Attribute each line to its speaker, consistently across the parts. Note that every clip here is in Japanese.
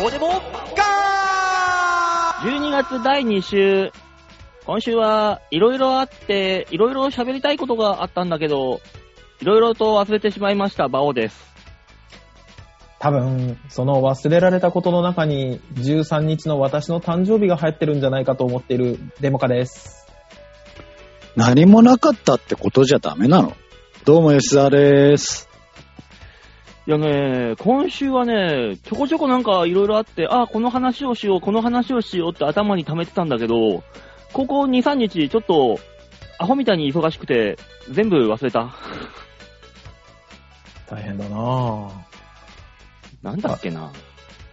Speaker 1: どうでもガー
Speaker 2: 12月第2週、今週はいろいろあって、いろいろ喋りたいことがあったんだけど、いろいろと忘れてしまいました、バオです。
Speaker 3: 多分、その忘れられたことの中に、13日の私の誕生日が入ってるんじゃないかと思っているデモカです。
Speaker 4: 何もなかったってことじゃダメなのどうも吉沢です。
Speaker 2: いやね、今週はね、ちょこちょこなんかいろいろあって、あー、この話をしよう、この話をしようって頭に溜めてたんだけど、ここ2、3日ちょっと、アホみたいに忙しくて、全部忘れた。
Speaker 3: 大変だなぁ。
Speaker 2: なんだっけな。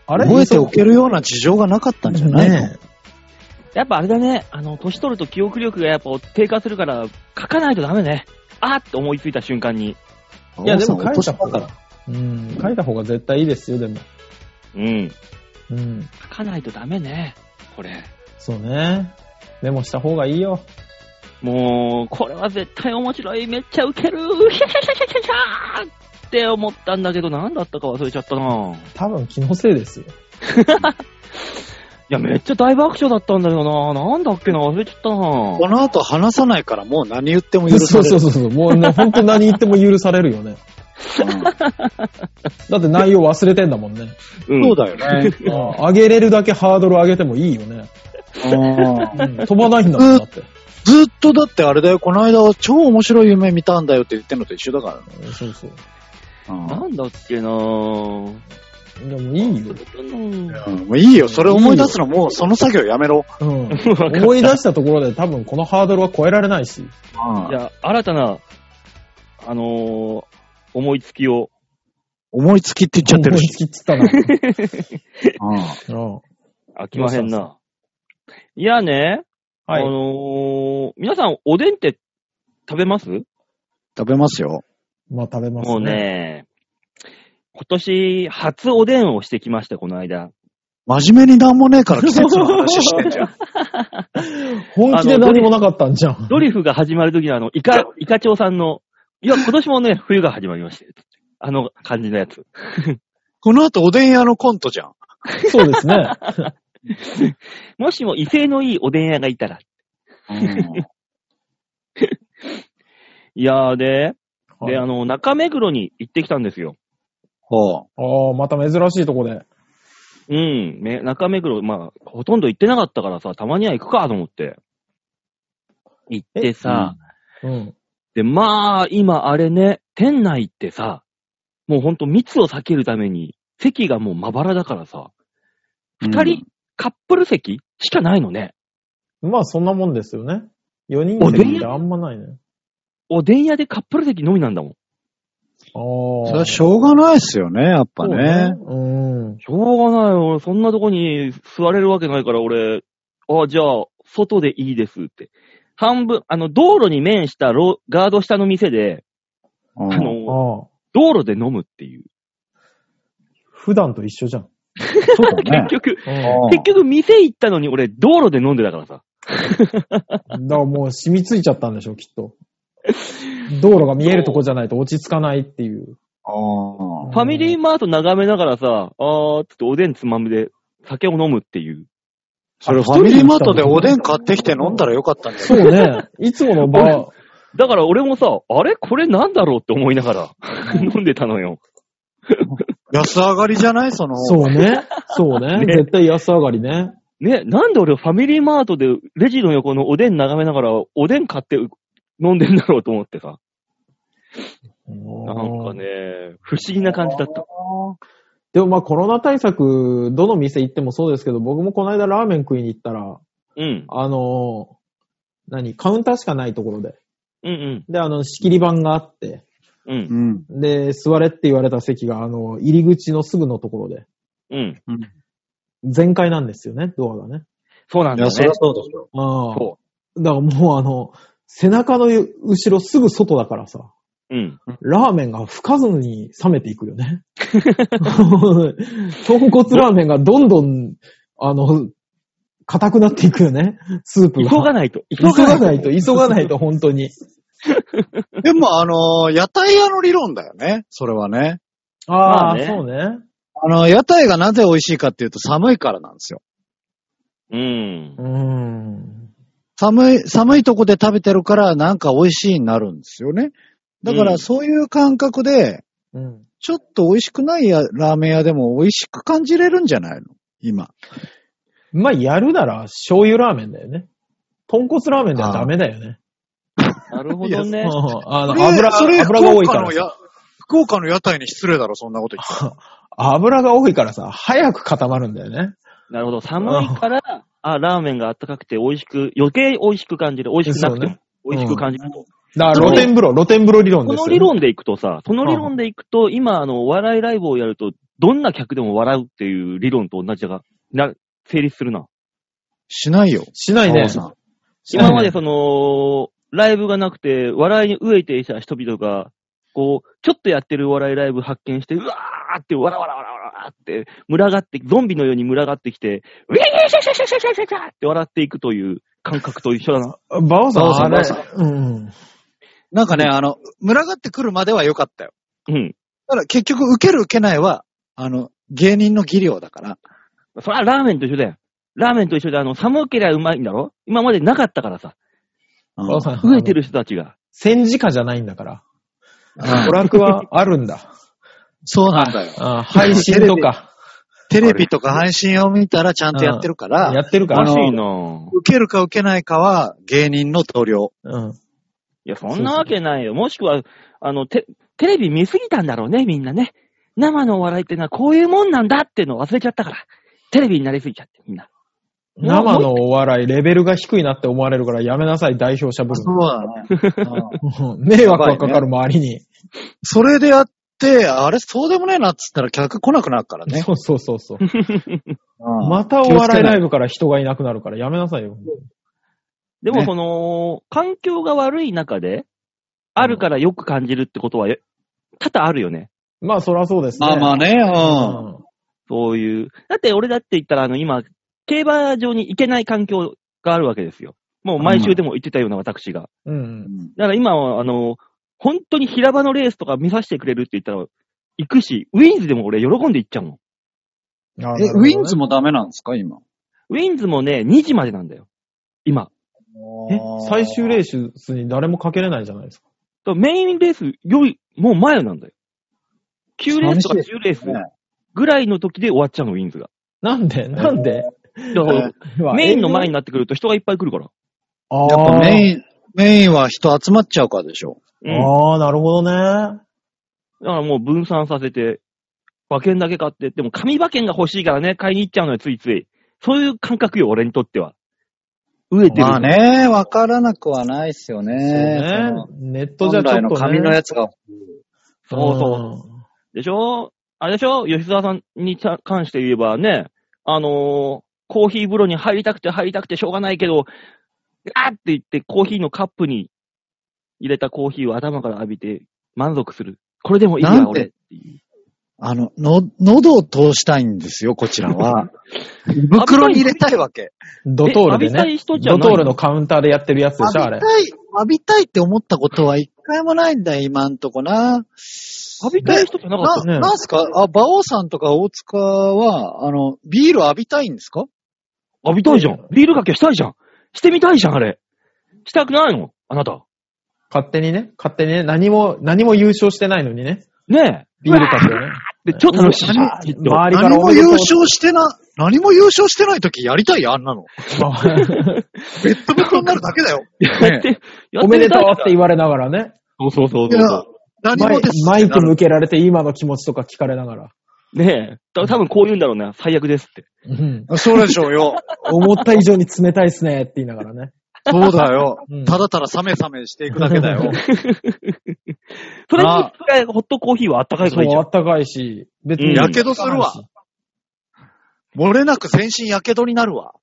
Speaker 3: あれ
Speaker 4: 覚えておけるような事情がなかったんじゃないの、
Speaker 3: ね
Speaker 2: やっぱあれだね、あの、年取ると記憶力がやっぱ低下するから、書かないとダメね。あーって思いついた瞬間に。
Speaker 3: いや、でも書いた
Speaker 4: か
Speaker 3: 方
Speaker 4: ら
Speaker 3: が。、うん、書いた方が絶対いいですよ、でも。
Speaker 2: うん。
Speaker 3: うん、
Speaker 2: 書かないとダメね。これ。
Speaker 3: そうね。メモした方がいいよ。
Speaker 2: もう、これは絶対面白い。めっちゃウケる。ひゃひゃひゃひゃひゃひゃーって思ったんだけど、なんだったか忘れちゃったなぁ。い
Speaker 3: 多分気のせいですよ。
Speaker 2: や、めっちゃ大爆笑だったんだけどなぁ。なんだっけな忘れちゃったなぁ
Speaker 4: こ。の後話さないからもう何言っても許される。
Speaker 3: そうそう。もう ね、ほんと何言っても許されるよね。
Speaker 4: うん
Speaker 3: だって内容忘れてんだもん ね。
Speaker 2: うん
Speaker 4: そうだよね。
Speaker 3: あ上げれるだけハードル上げてもいいよね。
Speaker 4: うん
Speaker 3: うん飛ばないんだもんだって。
Speaker 4: ずっとだってあれだよ、この間超面白い夢見たんだよって言ってんのと一緒だか
Speaker 3: そうそう。
Speaker 4: らね。
Speaker 2: なんだっけなぁ。
Speaker 3: でもいいよ。
Speaker 2: うん
Speaker 4: うんもういいよ、それ思い出すのもうその作業やめろ。
Speaker 3: うん。思い出したところで多分このハードルは超えられないし。
Speaker 4: うん
Speaker 2: じゃあ、新たな、あのー、思いつきを。
Speaker 4: 思いつきって言っちゃってる
Speaker 3: 思い
Speaker 4: し
Speaker 3: つ。きっつったな。
Speaker 4: うん
Speaker 3: うん
Speaker 2: 飽きまへんな。いやね、
Speaker 3: は
Speaker 2: あ
Speaker 3: い。
Speaker 2: のー、皆さん、おでんって食べます
Speaker 4: 食べますよ。
Speaker 3: まあ食べますね。
Speaker 2: もうね、今年、初おでんをしてきました、この間。
Speaker 4: 真面目になんもねえから季節の話してんじゃん。
Speaker 3: 本気で何もなかったんじゃん。
Speaker 2: ドリフが始まるときのあの、イカ、イカ長さんの、いや、今年もね、 冬が始まりましたよ。あの感じのやつ。
Speaker 4: この後おでん屋のコントじゃん。
Speaker 3: そうで すね。
Speaker 2: もしも威勢のいいおでん屋がいたら。いやーで、で、あ
Speaker 3: あ
Speaker 2: の、中目黒に行ってきたんですよ。
Speaker 4: ほう。
Speaker 3: あー、また珍しいとこで。
Speaker 2: うん、め中目黒、まあ、ほとんど行ってなかったからさ、たまには行くかと思って。行ってさ、
Speaker 3: うん。
Speaker 2: で、まあ、今あれね、店内ってさ、もうほんと密を避けるために、席がもうまばらだからさ、二人、カップル席しかないのね。
Speaker 3: まあそんなもんですよね。4人でってあんまないね。
Speaker 2: おでん屋でカップル席のみなんだもん。し
Speaker 3: あ
Speaker 4: うんそれ
Speaker 3: あ。
Speaker 4: はしょうがないっすよね、やっぱね。
Speaker 3: うん。
Speaker 2: ょうがないよ。俺そんなとこに座れるわけないから、俺、あじゃあ、外でいいですって。半分、あの、道路に面したロガード下の店で、
Speaker 4: うん
Speaker 2: あの、
Speaker 3: ああ。
Speaker 2: 道路で飲むっていう。
Speaker 3: 普段と一緒じゃん。
Speaker 4: そう だ
Speaker 2: 結
Speaker 4: ね。
Speaker 2: 局、
Speaker 3: うん
Speaker 2: 結局店行ったのに俺道路で飲んでたからさ。
Speaker 3: だからもう染みついちゃったんでしょ、きっと。道路が見えるとこじゃないと落ち着かないっていう。
Speaker 4: ああ
Speaker 2: ファミリーマート眺めながらさ、あーっつっておでんつまみで酒を飲むっていう。
Speaker 4: それファミリーマートでおでん買ってきて飲んだらよかったんだよ。
Speaker 3: そうね。いつもの 場、
Speaker 2: だから俺もさ、あれこれなんだろうって思いながら 飲んでたのよ。
Speaker 4: 安上がりじゃないその。
Speaker 3: そうね。そうね。
Speaker 2: ね
Speaker 3: 絶対安上がりね。
Speaker 2: ね、なんで俺ファミリーマートでレジの横のおでん眺めながらおでん買って飲んでんだろうと思ってさ。な
Speaker 3: なん
Speaker 2: か。ね、不思議な感じだった。
Speaker 3: でもまあコロナ対策、どの店行ってもそうですけど、僕もこの間ラーメン食いに行ったら、
Speaker 2: うん。
Speaker 3: あのー何、カウンターしかないところで。
Speaker 2: うん
Speaker 3: で、あの、仕切り板があって、
Speaker 2: うん。うん。
Speaker 4: ん。
Speaker 3: で、座れって言われた席が、あの、入り口のすぐのところで、
Speaker 2: うん。
Speaker 3: 全開なんですよね、ドアがね。
Speaker 2: そうなん
Speaker 4: い
Speaker 2: だよ
Speaker 4: や、そり
Speaker 2: ね
Speaker 4: ゃ。そうでしょ。
Speaker 3: ああ。
Speaker 2: そ
Speaker 3: だからもうあの、背中の後ろすぐ外だからさ、
Speaker 2: う。うん。
Speaker 3: ラーメンが吹かずに冷めていくよね。 豚骨ラーメンがどんどん、あの、硬くなっていくよね、スープ
Speaker 2: 急
Speaker 3: が。
Speaker 2: がないと。急が
Speaker 3: 急が
Speaker 2: な
Speaker 3: ないい
Speaker 2: と。
Speaker 3: と、急がないと、本当に。
Speaker 4: でも、あの、屋台屋の理論だよね。それはね。
Speaker 3: あ
Speaker 2: まあ
Speaker 3: あ、
Speaker 2: ね
Speaker 3: そうね。
Speaker 4: あの、屋台がなぜ美味しいかっていうと寒いからなんですよ。
Speaker 2: うん
Speaker 3: う。ーん。
Speaker 4: 寒い、寒いとこで食べてるからなんか美味しいになるんですよね。だか
Speaker 2: う
Speaker 4: ら
Speaker 2: ん
Speaker 4: そういう感覚で、
Speaker 3: うん。
Speaker 4: ちょっと美味しくないやラーメン屋でも美味しく感じれるんじゃないの今。
Speaker 3: まあ、やるなら醤油ラーメンだよね。豚骨ラーメンではダメだよね。
Speaker 2: なるほど
Speaker 3: う
Speaker 2: ね
Speaker 3: ん。あの、
Speaker 4: それ
Speaker 3: 油、
Speaker 4: それ
Speaker 3: 油が多いか
Speaker 4: 福岡の
Speaker 3: らさ。
Speaker 4: や福岡の屋台に失礼だろ、そんなこと言って。
Speaker 3: 油が多いからさ、早く固まるんだよね。
Speaker 2: なるほど。寒いから、あ、ラーメンがあったかくて美味しく、余計美味しく感じる。美味しくなくても
Speaker 3: そ
Speaker 2: 美味しく感じると。
Speaker 3: だから露天風呂、露天風呂理論
Speaker 2: こ
Speaker 3: ですよ、
Speaker 2: の
Speaker 3: ね。
Speaker 2: 理論でいくとさ、この理論でいくと、今、あの、お笑いライブをやると、どんな客でも笑うっていう理論と同じだが、な、成立するな。
Speaker 4: しないよ。
Speaker 3: しないね
Speaker 4: 馬王。さん
Speaker 3: しないね
Speaker 2: 今までその、ライブがなくて、笑いに飢えていた人々が、こう、ちょっとやってるお笑いライブ発見して、うわーって、わらわらわらわらって、群がって、ゾンビのように群がってきて、ウィーシャシャシャシャシャシャシャって笑っていくという感覚と一緒だな。
Speaker 3: バオさ
Speaker 4: 馬王さん
Speaker 3: ん、あれ
Speaker 4: 馬王さん、
Speaker 3: うん。
Speaker 4: なんかね、あの、群がってくるまでは良かったよ。
Speaker 2: うん。
Speaker 4: ただ結局、受ける受けないは、あの、芸人の技量だから。
Speaker 2: それはラーメンと一緒だよ。ラーメンと一緒で、あの、寒けりゃうまいんだろ今までなかったからさ、
Speaker 4: うん
Speaker 3: 馬王さん、
Speaker 2: 飢えてる人たちが。
Speaker 3: 戦時下じゃないんだから。
Speaker 4: うん
Speaker 3: 娯楽はあるんだ。
Speaker 4: そうなんだよ。
Speaker 3: あ配信とか、
Speaker 4: テレビとか配信を見たらちゃんとやってるから、
Speaker 3: やってる
Speaker 2: お
Speaker 3: か。
Speaker 2: からしい
Speaker 3: うん
Speaker 2: なぁ。
Speaker 4: 受けるか受けないかは芸人の投了。
Speaker 3: うん。
Speaker 2: いや、そんなわけないよ。もしくは、あの、テ、テレビ見すぎたんだろうね、みんなね。生のお笑いってのはこういうもんなんだってのを忘れちゃったから。テレビになりすぎちゃって、みんな。
Speaker 3: 生のお笑い、レベルが低いなって思われるからやめなさい、代表者ぶる
Speaker 4: そうだね。うん
Speaker 3: の。迷惑がかかる周りに。
Speaker 4: それでやって、あれ、そうでもねえなっつったら客来なくなるからね。
Speaker 3: そうそうそうそう。
Speaker 4: うん
Speaker 3: またお笑いライブから人がいなくなるからやめなさいよ。
Speaker 2: でも、
Speaker 4: ね
Speaker 2: その、環境が悪い中で、あるからよく感じるってことは、え多々あるよね。
Speaker 3: まあ、そらそうですね。
Speaker 4: まあまあね、うん。
Speaker 3: うん
Speaker 2: そういう。だって、俺だって言ったら、あの、今、競馬場に行けない環境があるわけですよ。もう毎週でも行ってたような私が。
Speaker 3: うん。
Speaker 2: だから今は、あの、本当に平場のレースとか見させてくれるって言ったら、行くし、ウィンズでも俺喜んで行っちゃうもん。
Speaker 3: え、なる
Speaker 4: え、
Speaker 3: ほど
Speaker 4: ウ
Speaker 3: ね
Speaker 4: ィンズもダメなんですか、今。
Speaker 2: ウィンズもね、2時までなんだよ。今。
Speaker 3: え、最終レ
Speaker 4: ー
Speaker 3: ースに誰もかけれないじゃないですか。
Speaker 2: だからメインレースより、もう前なんだよ。9レースとか
Speaker 4: 寂
Speaker 2: 10レー
Speaker 4: ス
Speaker 2: スぐらいの時で終わっちゃうの、ウィンズが。
Speaker 3: なんでなんで
Speaker 2: だからメインの前になってくると人がいっぱい来るから。
Speaker 3: あ
Speaker 4: やっぱメ
Speaker 3: ン。
Speaker 4: イン、メインは人集まっちゃうからでしょ。
Speaker 2: うん。
Speaker 3: ああ、なるほどね。
Speaker 2: だからもう分散させて、馬券だけ買って、でも紙馬券が欲しいからね、買いに行っちゃうのよ、ついつい。そういう感覚よ、俺にとっては。飢えてる。
Speaker 4: まあね、わからなくはないっすよ
Speaker 3: そうね
Speaker 4: ね。。
Speaker 3: ネッ
Speaker 4: そ
Speaker 3: ト
Speaker 4: の
Speaker 3: じゃちょ
Speaker 4: 本
Speaker 3: っ
Speaker 4: 来
Speaker 3: と、ね。。
Speaker 4: の紙のやつが。
Speaker 2: そうそうでしょあれでしょ吉沢さんにちゃ関して言えばね、あのーコーヒー風呂に入りたくて入りたくてしょうがないけど、あーって言ってコーヒーのカップに入れたコーヒーを頭から浴びて満足する。これでもいい
Speaker 4: なん
Speaker 2: や、
Speaker 4: て
Speaker 2: 俺っていう。
Speaker 4: あの、の、喉を通したいんですよ、こちら は。胃袋に入れたいわけ。
Speaker 3: ドトールで
Speaker 2: え浴びたい
Speaker 3: ね。
Speaker 2: 人じゃな
Speaker 3: ド
Speaker 2: い
Speaker 3: トールのカウンターでやってるやつで
Speaker 4: 浴
Speaker 3: しょ、あ
Speaker 4: び
Speaker 3: れ。
Speaker 4: たい、浴びたいって思ったことは一回もないんだよ、今んとこな。
Speaker 2: 浴びたい人じゃなかった
Speaker 4: な、
Speaker 2: ね。
Speaker 3: ね
Speaker 4: なんすかあ、馬王さんとか大塚は、あの、ビール浴びたいんですか
Speaker 2: 浴びたいじゃん。ビールかけしたいじゃん。してみたいじゃん、あれ。したくないのあなた。
Speaker 3: 勝手にね、勝手にね、何も、何も優勝してないのにね、
Speaker 2: ねえ。
Speaker 3: ビールかけをね。
Speaker 2: で、超楽しいじゃん、きっと。
Speaker 3: 周りから
Speaker 4: 何も
Speaker 3: おめで
Speaker 4: 優
Speaker 3: とう
Speaker 4: 勝してな、何も優勝してない時やりたいよ、あんなの。ベッドベッドになるだけだよ。
Speaker 2: やって、や
Speaker 3: お
Speaker 2: って
Speaker 3: め
Speaker 2: み
Speaker 3: で
Speaker 2: た
Speaker 3: と
Speaker 2: いうじゃん
Speaker 3: って言われながらね。
Speaker 2: そうそうそう
Speaker 4: い
Speaker 2: そう
Speaker 4: や
Speaker 2: そう。、
Speaker 4: 何
Speaker 3: マイ
Speaker 4: もです
Speaker 3: マイク向けられて今の気持ちとか聞かれながら。
Speaker 2: ねえ。た多分こう言うんだろうね。最悪ですって。
Speaker 3: うん。
Speaker 4: そうでしょ うよ。
Speaker 3: 思った以上に冷たいっすねって言いながらね。
Speaker 4: そうだよ
Speaker 3: うん。
Speaker 4: ただただサメサメしていくだけだ よ。
Speaker 2: それに
Speaker 4: ああ、
Speaker 2: それホットコーヒーはあったかいか
Speaker 3: そ、
Speaker 2: らいいうじゃ
Speaker 3: あ
Speaker 2: ん。
Speaker 3: ったかいし、別
Speaker 2: うん
Speaker 3: に。
Speaker 2: や
Speaker 4: けどするわ。漏れなく全身やけどになるわ。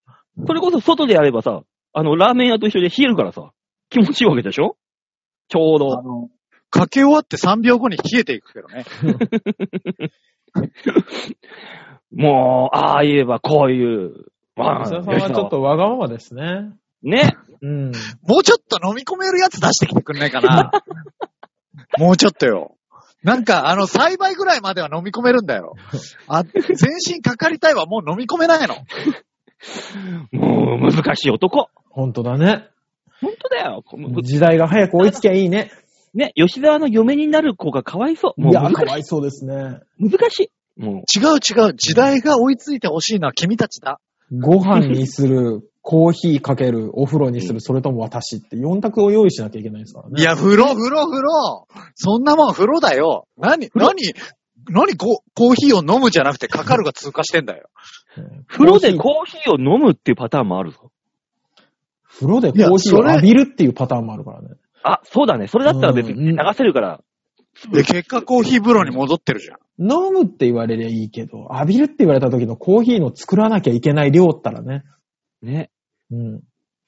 Speaker 2: それこそ外でやればさ、あの、ラーメン屋と一緒で冷えるからさ、気持ちいいわけでしょちょう
Speaker 4: あ
Speaker 2: ど。
Speaker 4: の、かけ終わって3秒後に冷えていくけどね。
Speaker 2: もう、ああ言えばこういう。まあ、
Speaker 3: 吉田さんはちょっとわがままですね。
Speaker 2: ね。
Speaker 3: うん。
Speaker 4: もうちょっと飲み込めるやつ出してきてくんないかな。もうちょっとよ。なんか、あの、栽培ぐらいまでは飲み込めるんだよ。あ、全身かかりたいはもう飲み込めないの。
Speaker 2: もう、難しい男。
Speaker 3: ほんとだね。
Speaker 2: 本当だよ。この
Speaker 3: 時代が早く追いつきゃいいね。
Speaker 2: ね、吉沢の嫁になる子がかわいそう。もう
Speaker 3: いや、
Speaker 2: 難
Speaker 3: か
Speaker 2: し
Speaker 3: わいそうですね。
Speaker 2: い。難しい。も
Speaker 4: 違う違う。時代が追いついてほしいのは君たちだ。
Speaker 3: ご飯にする、コーヒーかける、お風呂にする、それとも私って4択を用意しなきゃいけないですからね。
Speaker 4: いや、風呂、風呂、風呂。そんなもん風呂だよ。何、何、何コ、コーヒーを飲むじゃなくてかかるが通過してんだよ。
Speaker 2: う、風呂
Speaker 3: コー
Speaker 2: で
Speaker 3: ヒー
Speaker 2: コーヒーを飲むっていうパターンもあるぞ。
Speaker 3: 風呂でコーヒー
Speaker 4: いやそ
Speaker 3: を
Speaker 4: れ
Speaker 3: 浴びるっていうパターンもあるからね。
Speaker 2: あ、そうだね。それだったら別に流せるから。
Speaker 4: で、結果コーヒー風呂に戻ってるじゃん。
Speaker 3: 飲むって言われりゃいいけど、浴びるって言われた時のコーヒーの作らなきゃいけない量ったらね。
Speaker 2: ね。
Speaker 3: うん。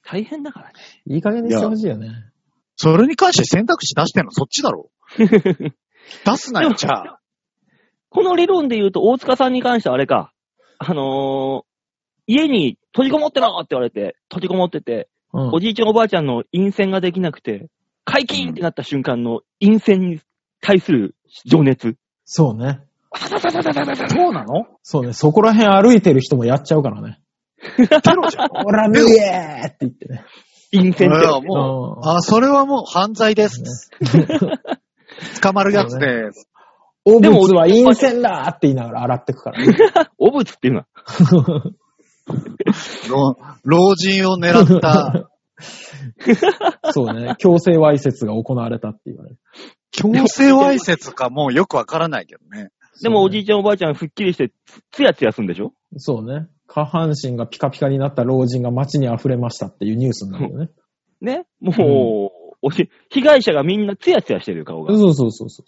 Speaker 2: 大変だからね。
Speaker 3: いい加減にしてほしいよね。
Speaker 4: それに関して選択肢出してんのそっちだ ろ。出すなよ、じゃあ。
Speaker 2: この理論で言うと、大塚さんに関してはあれか。あのー、家に閉じこもってろって言われて、閉じこもってて、
Speaker 3: うん
Speaker 2: おじいちゃんおばあちゃんの陰線ができなくて、解禁ってなった瞬間の陰線に対する情熱。
Speaker 3: そうね。
Speaker 4: そうなの
Speaker 3: そうね。そこら辺歩いてる人もやっちゃうからね。
Speaker 4: テロじゃん。
Speaker 3: ほら、脱えーって言ってね。
Speaker 2: 陰線って
Speaker 4: い。やもう、あ、それはもう犯罪です。捕まるやつです。
Speaker 3: お
Speaker 2: でも
Speaker 3: 物は陰線だーって言いながら洗ってくからね。
Speaker 2: 汚物っていうのは。
Speaker 4: 老老人を狙 った、
Speaker 3: そうね。強制わいせつが行われたって言われる。
Speaker 4: 強制わいせつかもうよくわからないけどね。
Speaker 2: でもおじいちゃんおばあちゃんすっきりして、つつやつやすんでしょ
Speaker 3: そうね。下半身がピカピカになった老人が街に溢れましたっていうニュースになるよね。
Speaker 2: ねもう、おし被害者がみんなつやつやしてるよ顔が。
Speaker 3: そうそうそうそう。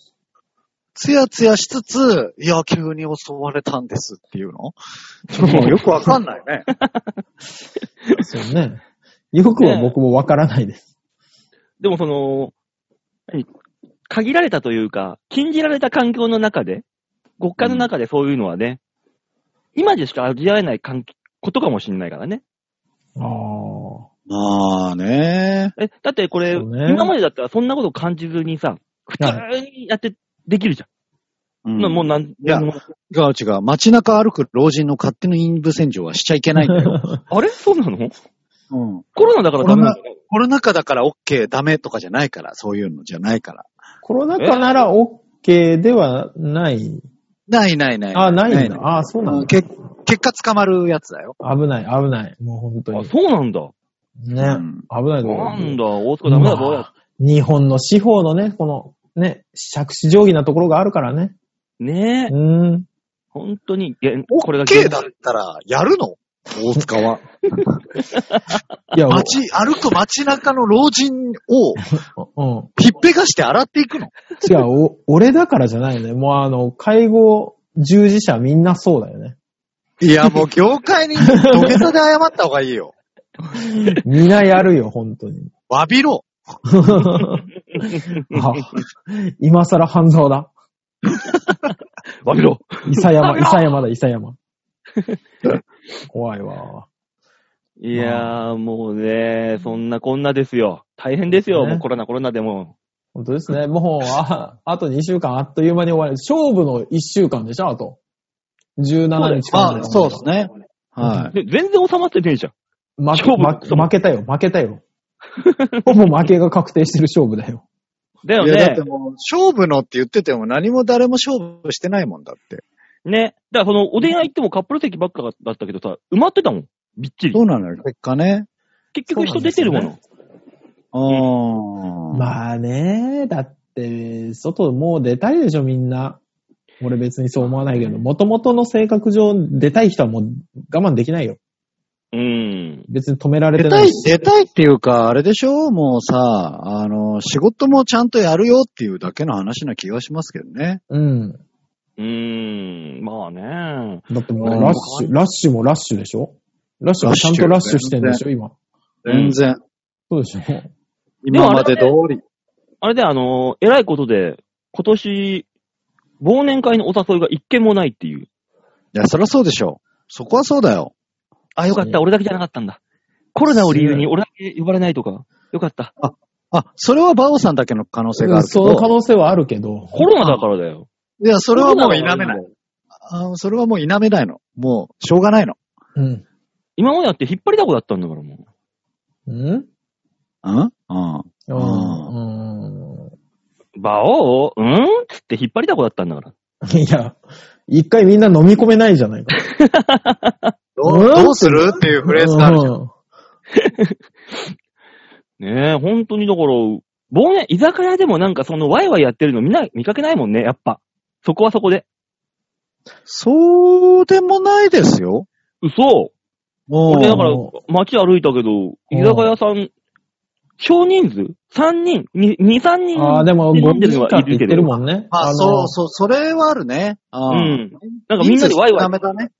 Speaker 4: つやつやしつつ、いや、急に襲われたんですっていうのもうよくわかんない ね。
Speaker 3: そうね。よくは僕もわからないです。
Speaker 2: でもその、何限られたというか、禁じられた環境の中で、極寒の中でそういうのはね、今でしか味わえない環ことかもしれないからね。
Speaker 3: あ
Speaker 4: まあね。
Speaker 2: え、だってこれ、
Speaker 3: そうね
Speaker 2: 今までだったらそんなこと感じずにさ、普通にやってできるじゃ。
Speaker 4: うん
Speaker 2: なもうなん、
Speaker 4: や
Speaker 2: なんでも
Speaker 4: 違う違う。街中歩く老人の勝手な陰部洗浄はしちゃいけない んだよ。
Speaker 3: あ。
Speaker 2: あれそうなの
Speaker 4: うん。
Speaker 2: コロナだからダメなの
Speaker 4: コロナ禍だから OK ダメとかじゃないから、そういうのじゃないから。
Speaker 3: コロナ禍なら OK ではない。
Speaker 4: ないないない。
Speaker 3: あ、ないん
Speaker 4: な
Speaker 3: だ。あ、そうなん
Speaker 4: うん
Speaker 3: だ。
Speaker 4: け結果捕まるやつだよ。
Speaker 3: 危ない、危ない。もう本当
Speaker 2: あ、
Speaker 3: に。
Speaker 2: そうなんだ。
Speaker 3: ね。
Speaker 4: うん
Speaker 3: 危ないとこ
Speaker 2: なんだ、大塚ダメだぞ。
Speaker 3: まあ日本の司法のね、この、ね、尺子定規なところがあるからね。
Speaker 2: ねえ、
Speaker 3: うーん。
Speaker 2: 本当に、げんこれが
Speaker 4: OK だったら、やるの大塚は。
Speaker 3: いや、
Speaker 4: 街、歩く街中の老人を、
Speaker 3: うん。
Speaker 4: ひっぺがして洗っていくの
Speaker 3: 違う、お 俺だからじゃないよね。もうあの、介護従事者みんなそうだよね。
Speaker 4: いや、もう業界に土下座で謝った方がいい よ。
Speaker 3: みんなやるよ、本当に。
Speaker 4: 詫びろ。
Speaker 3: あ今更半沢だ。
Speaker 2: わびろ。
Speaker 3: 伊佐山、伊佐山だ、伊佐山。怖いわ。
Speaker 2: いやー、もうね、そんなこんなですよ。大変ですよ、
Speaker 3: ね
Speaker 2: もうコロナコロナでも。
Speaker 3: 本当ですね。もう、あ、あと2週間あっという間に終わる。勝負の1週間でしょ、あと。17日間
Speaker 4: まあ、そうですね。はい。
Speaker 2: で全然収まってねえじゃん。
Speaker 3: 負け
Speaker 2: 勝負
Speaker 3: 負け負けたよ、負けたよ。ほぼ負けが確定してる勝負だよ。
Speaker 2: だよ
Speaker 4: いや、だ
Speaker 2: ね
Speaker 4: って。もう、勝負のって言ってても何も誰も勝負してないもんだって。
Speaker 2: ね。だからその、お出会い行ってもカップル席ばっかだったけどさ、埋まってたもん。びっちり
Speaker 4: そ。うなのよ、結果ね。
Speaker 2: 結局人出てるもの。
Speaker 4: あー。
Speaker 3: まあね、だって、外もう出たいでしょ、みんな。俺別にそう思わないけど、元々の性格上、出たい人はもう我慢できないよ。
Speaker 2: うーん。
Speaker 3: 別に止められ
Speaker 4: 出
Speaker 3: て
Speaker 4: た
Speaker 3: ないい、し。
Speaker 4: 出たいっていうか、あれでしょもうさ、あの、仕事もちゃんとやるよっていうだけの話な気がしますけどね。
Speaker 3: うん。
Speaker 2: うーん。まあね。
Speaker 3: だってもう
Speaker 4: うん
Speaker 3: ラッシュ、ラッシュもラッシュでしょラッシュはちゃんとラッシュしてんでしょ、今。
Speaker 4: 全然。
Speaker 3: そうでしょ
Speaker 4: 今まで通り。
Speaker 2: あれで、あの、偉いことで、今年、忘年会のお誘いが一件もないっていう。
Speaker 4: いや、そりゃそうでしょ。そこはそうだよ。
Speaker 2: あ、よかった。俺だけじゃなかったんだ。コロナを理由に俺だけ呼ばれないとか。よかった。
Speaker 4: あ、それはバオさんだけの可能性があるけ
Speaker 3: その可
Speaker 4: ど。
Speaker 3: 能性はあるけど、
Speaker 2: コロナだからだよ。
Speaker 4: いや、そ
Speaker 2: そ
Speaker 4: れはもう否めない。。あそれはもう否めないの。もう、しょうがないの。
Speaker 3: うん。
Speaker 2: 今までだって引っ張りだこだったんだからもう。
Speaker 3: うん
Speaker 4: うんうん。
Speaker 3: うんう
Speaker 2: バオを、うんつって引っ張りだこだったんだから。
Speaker 3: ん。いや、一回みんな飲み込めないじゃないか。
Speaker 4: ど
Speaker 3: う
Speaker 4: うんどうするっていうフレーズがあるじゃん。
Speaker 3: うん
Speaker 2: ねえ、本当にだから、忘年、居酒屋でもなんかそのワイワイやってるのみんな見かけないもんね、やっぱ。そこはそこで。
Speaker 4: そうでもないですよ。
Speaker 2: 嘘
Speaker 4: も
Speaker 2: 俺
Speaker 4: う
Speaker 2: だから街歩いたけど、居酒屋さん、少人数 ?3 人 ?2、2 3人
Speaker 3: ああ、でも、
Speaker 2: 飲
Speaker 3: ゴ
Speaker 2: ん
Speaker 3: ミ
Speaker 2: でるの
Speaker 3: か
Speaker 2: はい
Speaker 3: って
Speaker 2: る
Speaker 3: 言っ
Speaker 2: け
Speaker 3: て
Speaker 2: ど。
Speaker 3: るもんね。
Speaker 4: まあ、
Speaker 3: の
Speaker 4: そうそう、それはあるね。
Speaker 2: う。
Speaker 4: うん
Speaker 2: なんかみんなでワイワイ
Speaker 4: ダ、メだね。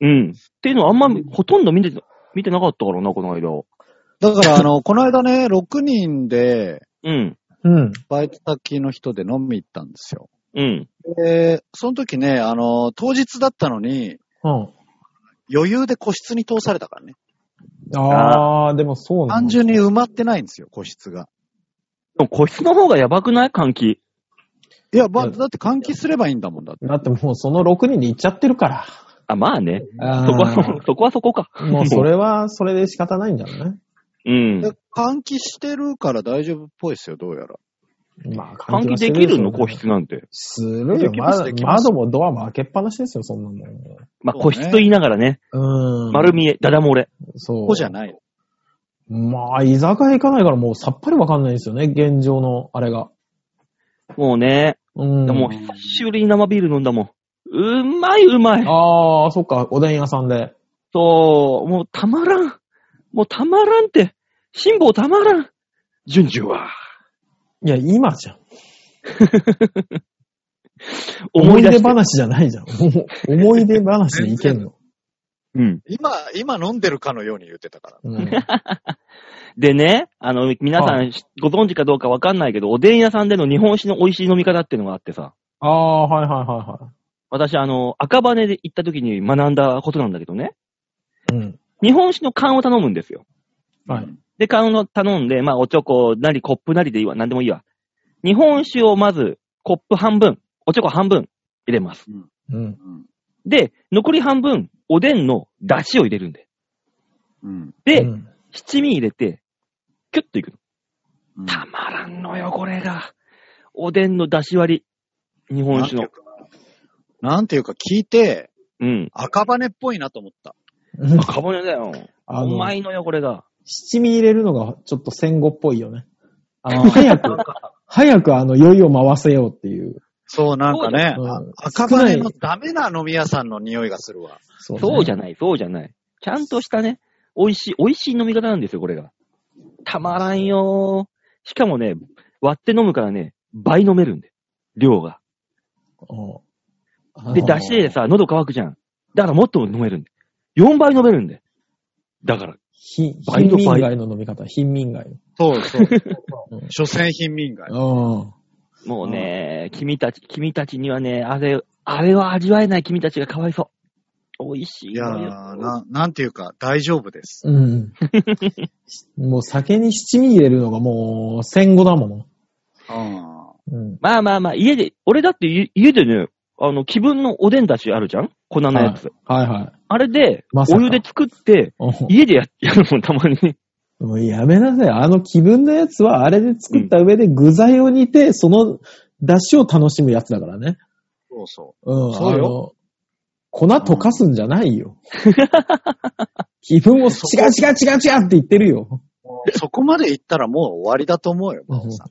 Speaker 2: うん。っていうのはあんまほとんど見て、見てなかったからな、この間。
Speaker 4: だから、あの、こ の間ね、6人で、
Speaker 2: うん。
Speaker 3: うん。
Speaker 4: バイト先の人で飲み行ったんですよ。
Speaker 2: うん。
Speaker 4: で、その時ね、あの、当日だったのに、
Speaker 3: うん。
Speaker 4: 余裕で個室に通されたからね。
Speaker 3: ああ、でもそうなん
Speaker 4: 単
Speaker 3: だ。
Speaker 4: 純に埋まってないんですよ、個室が。
Speaker 2: でも個室の方がやばくない換気。
Speaker 4: いや、ま
Speaker 3: う
Speaker 4: あ、
Speaker 3: ん
Speaker 4: だって換気すればいいんだもんだって。
Speaker 3: だってもうその6人で行っちゃってるから。
Speaker 2: あ、まあね。
Speaker 3: あ
Speaker 2: そ
Speaker 3: ー
Speaker 2: こは、そこはそこか。
Speaker 3: もうそれは、それで仕方ないんだろう
Speaker 2: うん。
Speaker 4: で換気してるから大丈夫っぽいですよ、どうやら。
Speaker 3: ね。まあ、
Speaker 2: 換気
Speaker 3: はし
Speaker 2: で
Speaker 3: て
Speaker 2: きる
Speaker 3: しょ
Speaker 2: の
Speaker 3: うね
Speaker 2: 個室なんて。
Speaker 3: する
Speaker 4: で
Speaker 3: よ。
Speaker 4: きます
Speaker 3: ま
Speaker 4: できます
Speaker 3: 窓もドアも開けっぱなしですよ、そんなもん。
Speaker 2: まあ、
Speaker 4: そう
Speaker 2: 個
Speaker 4: ね
Speaker 2: 室と言いながらね。
Speaker 3: うん。
Speaker 2: 丸見え、ダダ漏れ。
Speaker 3: そ
Speaker 4: こ
Speaker 3: う。
Speaker 4: こじゃない。
Speaker 3: まあ、居酒屋行かないからもうさっぱりわかんないですよね、現状のあれが。
Speaker 2: もうね。
Speaker 3: うん。
Speaker 2: でも、久しぶりに生ビール飲んだもん。うまいうまい。
Speaker 3: ああ、そっか、おでん屋さんで。
Speaker 2: そう、もうたまらん。もうたまらんって。辛抱たまらん。順々は。
Speaker 3: いや、今じゃん。
Speaker 2: 思い出して。
Speaker 3: 話じゃないじゃん。もう思い出話でいけんの。
Speaker 2: うん。
Speaker 4: 今、今飲んでるかのように言ってたから。
Speaker 3: うん。
Speaker 2: でね、あの、皆さ
Speaker 3: は
Speaker 2: んご存知かどうかわかんないけど、おでん屋さんでの日本酒の美味しい飲み方っていうのがあってさ。
Speaker 3: ああ、はいはいは
Speaker 2: 私、あの、赤羽で行った時に学んだことなんだけどね。
Speaker 3: いはい。うん。
Speaker 2: 日本酒の缶を頼むんですよ。
Speaker 3: はい。
Speaker 2: で、缶を頼んで、まあ、おちょこなり、コップなりでいいわ。なんでもいいわ。日本酒をまず、コップ半分、おちょこ半分入れます。
Speaker 3: うん。
Speaker 4: うん。
Speaker 2: で、残り半分、おでんの出汁を入れるんで。
Speaker 4: うん。
Speaker 2: で、
Speaker 3: うん
Speaker 2: 七味入れて、キュッといくの。
Speaker 4: うん
Speaker 2: たまらんのよ、これが。おでんの出汁割り。日本酒の。
Speaker 4: なんていうか聞いて、
Speaker 2: うん。
Speaker 4: 赤羽っぽいなと思った。
Speaker 2: あ、かぼねだよ。
Speaker 3: あ
Speaker 2: うま
Speaker 3: の、
Speaker 2: いのよ、これが。
Speaker 3: 七味入れるのがちょっと戦後っぽいよね。あの、早く、早くあの、酔いを回せようっていう。
Speaker 4: そう、なんかね、
Speaker 3: うん
Speaker 4: あ赤羽
Speaker 3: 少な
Speaker 4: の
Speaker 3: い
Speaker 4: ダメな飲み屋さんの匂いがするわ。
Speaker 3: そ
Speaker 2: そうじゃ
Speaker 3: ん。
Speaker 2: ない、そうじゃない。ちゃんとしたね、美味しい、美味しい飲み方なんですよ、これが。たまらんよー。しかもね、割って飲むからね、倍飲めるんで。量が。
Speaker 3: うん
Speaker 2: で、出汁で。さ、喉乾くじゃん。だからもっと飲めるんで。4倍飲めるんで。だから。
Speaker 3: ひ
Speaker 2: 倍の
Speaker 3: 貧
Speaker 2: 倍
Speaker 3: 民街の飲み方、貧民街。
Speaker 4: そうそう。
Speaker 3: うん
Speaker 4: 所詮貧民街。
Speaker 3: うん。
Speaker 2: もうね、君たち、君たちにはね、あれ、あれは味わえない君たちがかわいそう。美味しい
Speaker 4: いや
Speaker 2: のよ。
Speaker 4: ー、ななんていうか、大丈夫です。
Speaker 3: うん。もう酒に七味入れるのがもう戦後だも
Speaker 4: うん。
Speaker 3: の。うん。
Speaker 2: まあまあまあ、家で、俺だって家家でね、あの、気分のおでんだしあるじゃん粉のやつ。
Speaker 3: はいはい。
Speaker 2: あれで、
Speaker 3: まさか
Speaker 2: お湯で作って、
Speaker 3: うん
Speaker 2: 家でややるもん、たまに。
Speaker 3: もうやめなさい。あの気分のやつは、あれで作った上で具材を煮て、その出汁を楽しむやつだからね。
Speaker 4: そうそ
Speaker 3: うん。
Speaker 4: そうよ
Speaker 3: あの。粉溶かすんじゃないよ。 気分を違う違う違う違うって言ってるよ。
Speaker 4: う。もうそこまで行ったらもう終わりだと思うよ、
Speaker 3: うん
Speaker 4: 馬王さん。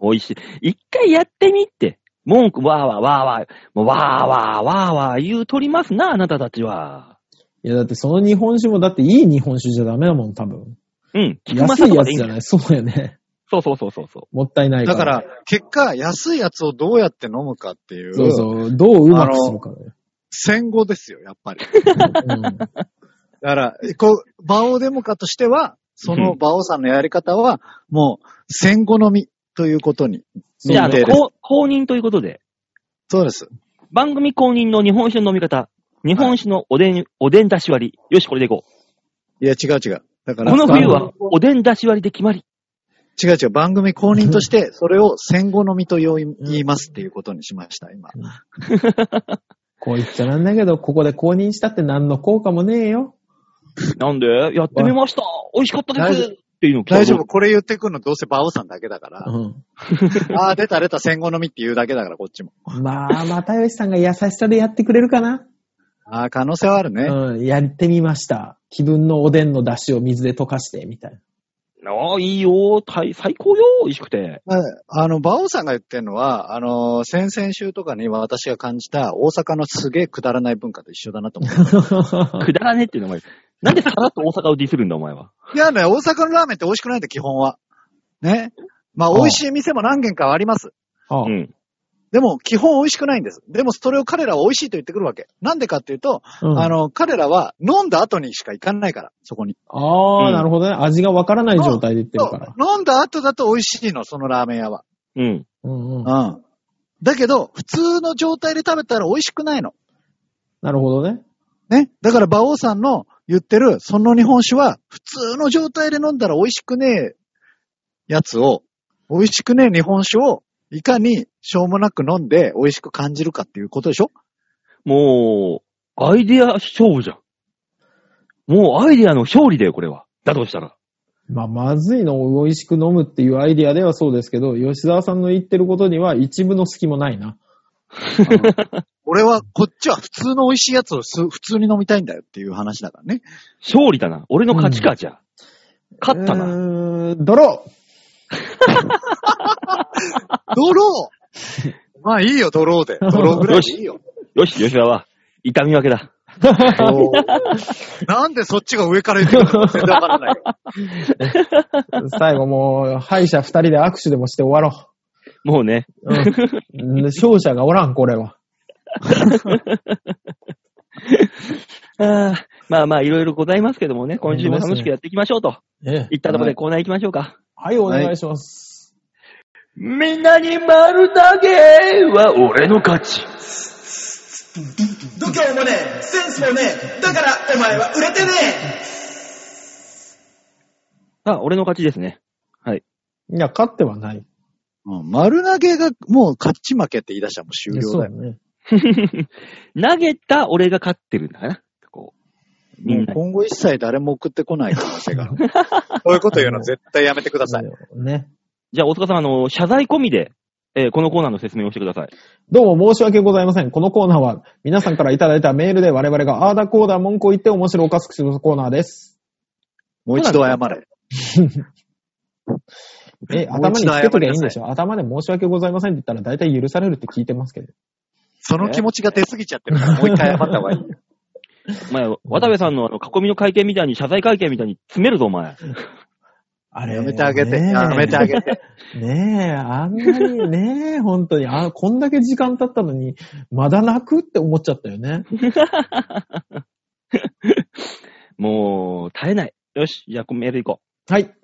Speaker 2: 美味しい。一回やってみって。文句、わーわーわーわー、もうわーわーわーわー言うとりますな、あなたたちは。
Speaker 3: いや、だってその日本酒も、だっていい日本酒じゃダメだもん、多分。
Speaker 2: うん。菊間
Speaker 3: 安
Speaker 2: さ
Speaker 3: い
Speaker 2: とか
Speaker 3: や
Speaker 2: でい
Speaker 3: つ
Speaker 2: いん
Speaker 3: じ
Speaker 2: だ
Speaker 3: ゃ
Speaker 2: よ
Speaker 3: ない。そうやね。
Speaker 2: そうそうそうそうそ
Speaker 3: もったいないか。
Speaker 4: だからら、結果、安いやつをどうやって飲むかっていう、
Speaker 3: そうそう。どううまくするかね。
Speaker 4: 戦後ですよ、やっぱり。
Speaker 3: うん
Speaker 4: だから、 こう、馬王デモカとしては、その馬王さんのやり方は、もう戦後のみということに。
Speaker 2: う。じゃあ、あ
Speaker 4: そう
Speaker 2: の、公公認ということで、
Speaker 4: そうです。
Speaker 2: 番組公認の日本酒の飲み方、日本酒のおでん、おでんだし割り。よし、これでいこう。
Speaker 4: いや、違う違う。だから、
Speaker 2: この冬
Speaker 3: あ
Speaker 2: は
Speaker 3: の、
Speaker 2: おでんだし割りで決まり。
Speaker 4: 違う違う、番組公認として、それを戦後飲みと言い言いますっていうことにしました、今。
Speaker 3: こう言っちゃなんだけど、ここで公認したって何の効果もねえよ。
Speaker 2: なんでやってみました美味しかったで
Speaker 4: 大
Speaker 2: す
Speaker 4: 丈
Speaker 2: っ
Speaker 4: 夫
Speaker 2: ていうの来た
Speaker 4: 大丈夫、これ言ってくるのどうせ馬王さんだけだから。
Speaker 3: う
Speaker 4: ああ、出た出た、戦後飲みって言うだけだから、こっちも。
Speaker 3: ん。まあ、又吉さんが優しさでやってくれるかな。
Speaker 4: ああ、可能性はあるね。
Speaker 3: うん、やってみました。気分のおでんの出汁を水で溶かして、みたいな。
Speaker 2: ああ、いいよ。大最高よ。美味しくて。
Speaker 4: まああの、馬王さんが言ってるのは、あの、先々週とかに私が感じた大阪のすげえくだらない文化と一緒だなと思う。
Speaker 2: くだらねえっていう名前。なんでさらっと大阪をディスるんだ、お前は。
Speaker 4: いやね、大阪のラーメンって美味しくないんだ、基本は。ね。まあ、
Speaker 3: ああ
Speaker 4: 美味しい店も何軒かあります。
Speaker 3: ああ
Speaker 2: うん。
Speaker 4: でも、基本美味しくないんです。でも、それを彼らは美味しいと言ってくるわけ。なんでかっていうと、
Speaker 3: うん
Speaker 4: あの、彼らは飲んだ後にしか行かないから、そこに。
Speaker 3: あー、
Speaker 2: うん
Speaker 3: なるほどね。味がわからない状態で言ってるから。
Speaker 4: そう飲んだ後だと美味しいの、そのラーメン屋は。
Speaker 2: うん。
Speaker 3: うんうん。
Speaker 4: うん。だけど、普通の状態で食べたら美味しくないの。
Speaker 3: なるほどね。
Speaker 4: ね。だから、馬王さんの言ってる、その日本酒は、普通の状態で飲んだら美味しくねえやつを、美味しくねえ日本酒を、いかにしょうもなく飲んで美味しく感じるかっていうことでしょ
Speaker 2: もう、アイディア勝負じゃん。もうアイディアの勝利だよ、これは。だとしたら。
Speaker 3: まあ、まずいのを美味しく飲むっていうアイディアではそうですけど、吉沢さんの言ってることには一部の隙もないな。
Speaker 4: 俺は、こっちは普通の美味しいやつをす普通に飲みたいんだよっていう話だからね。
Speaker 2: 勝利だな。俺の勝ちか、じゃあ。勝ったな。
Speaker 3: うーん、ドロー
Speaker 4: ドローまあいいよ、ドローで。ドローぐらいでいいよ。
Speaker 2: よし、吉田は、痛み分けだ。
Speaker 4: なんでそっちが上から言ってくるのか全然わからないよ。
Speaker 3: 最後もう、敗者二人で握手でもして終わろ
Speaker 2: もうね。
Speaker 3: う。うん、勝者がおらん、これは。
Speaker 2: ああまあまあ、いろいろございますけどもね、今週も楽しくやっていきましょうと。
Speaker 3: ええ。
Speaker 2: いったところでコーナー行きましょうか。
Speaker 3: はい、お願いします。
Speaker 2: みんなに丸投げは俺の勝ち。
Speaker 1: 度胸もねえセンスもねえだからお前は売れてね
Speaker 2: あ、俺の勝ちですね。
Speaker 3: い、や、勝ってはない。
Speaker 4: うん丸投げがもう勝ち負けって言い出したらもう終了
Speaker 3: そう
Speaker 4: だ
Speaker 3: だ
Speaker 4: よ。
Speaker 3: ね。
Speaker 2: 投げた俺が勝ってるんだからな。こう。み
Speaker 4: も
Speaker 2: ん
Speaker 4: う
Speaker 2: な。
Speaker 4: 今後一切誰も送ってこない可能性があ る。そういうこと言うの絶対やめてください。
Speaker 3: ね。
Speaker 2: じゃあ、大塚さん、あの、謝罪込みで、えーこのコーナーの説明をしてください。
Speaker 3: どうも申し訳ございません。このコーナーは皆さんからいただいたメールで我々があーだこーだ文句を言って面白おかしくするコーナーです。
Speaker 4: もう一度謝れ。
Speaker 3: え、
Speaker 4: もう
Speaker 3: 頭につ
Speaker 4: 一
Speaker 3: け
Speaker 4: 度
Speaker 3: と
Speaker 4: 謝
Speaker 3: きゃ
Speaker 4: り
Speaker 3: いん
Speaker 4: ないさ
Speaker 3: で
Speaker 4: い
Speaker 3: しょ頭で申し訳ございませんって言ったら大体許されるって聞いてますけど。
Speaker 4: その気持ちが出過ぎちゃってるから、 もう一回謝った方がいい。
Speaker 2: お前、渡部さんのあの、囲みの会見みたいに、謝罪会見みたいに詰めるぞ、お前。
Speaker 3: あ
Speaker 4: やめてあげて、やめてあげて。
Speaker 3: て。ねえ、あんなに、ねえ、 本当に。あ、こんだけ時間経ったのに、まだ泣くって思っちゃったよね。
Speaker 2: もう、耐えない。よし、じゃあ、メール行こ
Speaker 3: はい。
Speaker 2: う。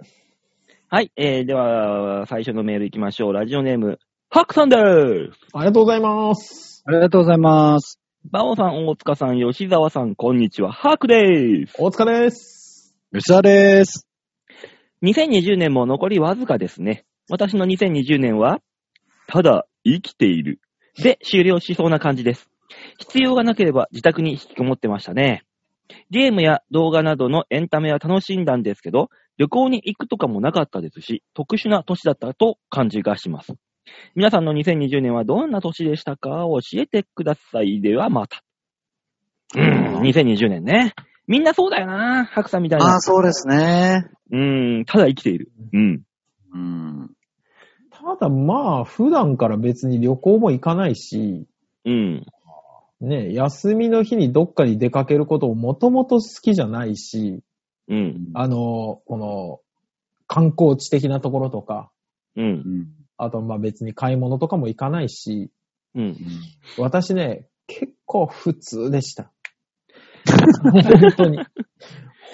Speaker 2: はい、えー、では、最初のメール行きましょう。ラジオネーム、ハックさんです。
Speaker 3: ありがとうございます。
Speaker 4: ありがとうございます。
Speaker 2: バオさん、大塚さん、吉沢さん、こんにちは。ハークでーす。
Speaker 3: 大塚です。
Speaker 4: 吉田です。
Speaker 2: 2020年も残りわずかですね。私の2020年は、ただ生きている。で、終了しそうな感じです。必要がなければ自宅に引きこもってましたね。ゲームや動画などのエンタメは楽しんだんですけど、旅行に行くとかもなかったですし、特殊な年だったと感じがします。皆さんの2020年はどんな年でしたか教えてください。ではまた。うん、2020年ね。みんなそうだよな、白さんみたい
Speaker 4: あ
Speaker 2: な
Speaker 4: あ、。そうですね。
Speaker 2: うん、ただ生きている。うん。
Speaker 4: うん。
Speaker 3: ただまあ、普段から別に旅行も行かないし、
Speaker 2: うん。
Speaker 3: ねえ、休みの日にどっかに出かけることをもともと好きじゃないし、
Speaker 2: うん。
Speaker 3: あの、この、観光地的なところとか、
Speaker 2: うん。
Speaker 3: あと、まあ別に買い物とかも行かないし、
Speaker 2: うん。
Speaker 3: 私ね、結構普通でした。本当に。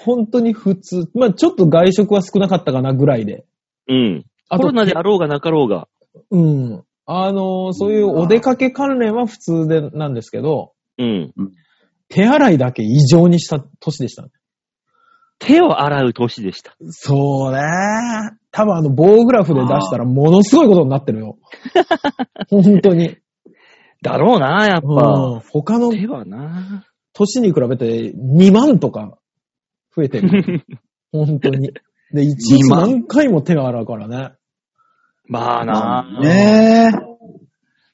Speaker 3: 本当に普通。まあちょっと外食は少なかったかなぐらいで。
Speaker 2: うん。
Speaker 3: あ
Speaker 2: コ
Speaker 3: と
Speaker 2: ロ、ナであろうがなかろうが。
Speaker 3: うん。あの、そういうお出かけ関連は普通でなんですけど、
Speaker 2: うん。
Speaker 3: 手洗いだけ異常にした年でした。
Speaker 2: 手を洗う年でした。
Speaker 3: そうね。多分あの棒グラフで出したらものすごいことになって るよ。本当に。
Speaker 2: だろうな、やっ
Speaker 3: う
Speaker 2: ぱ。
Speaker 3: ん他の
Speaker 2: ではな。
Speaker 3: 年に比べて2万とか増え てる。本当に。で、一日
Speaker 4: 2万
Speaker 3: 何回も手が洗うからね。
Speaker 2: まあな。
Speaker 4: ねえ。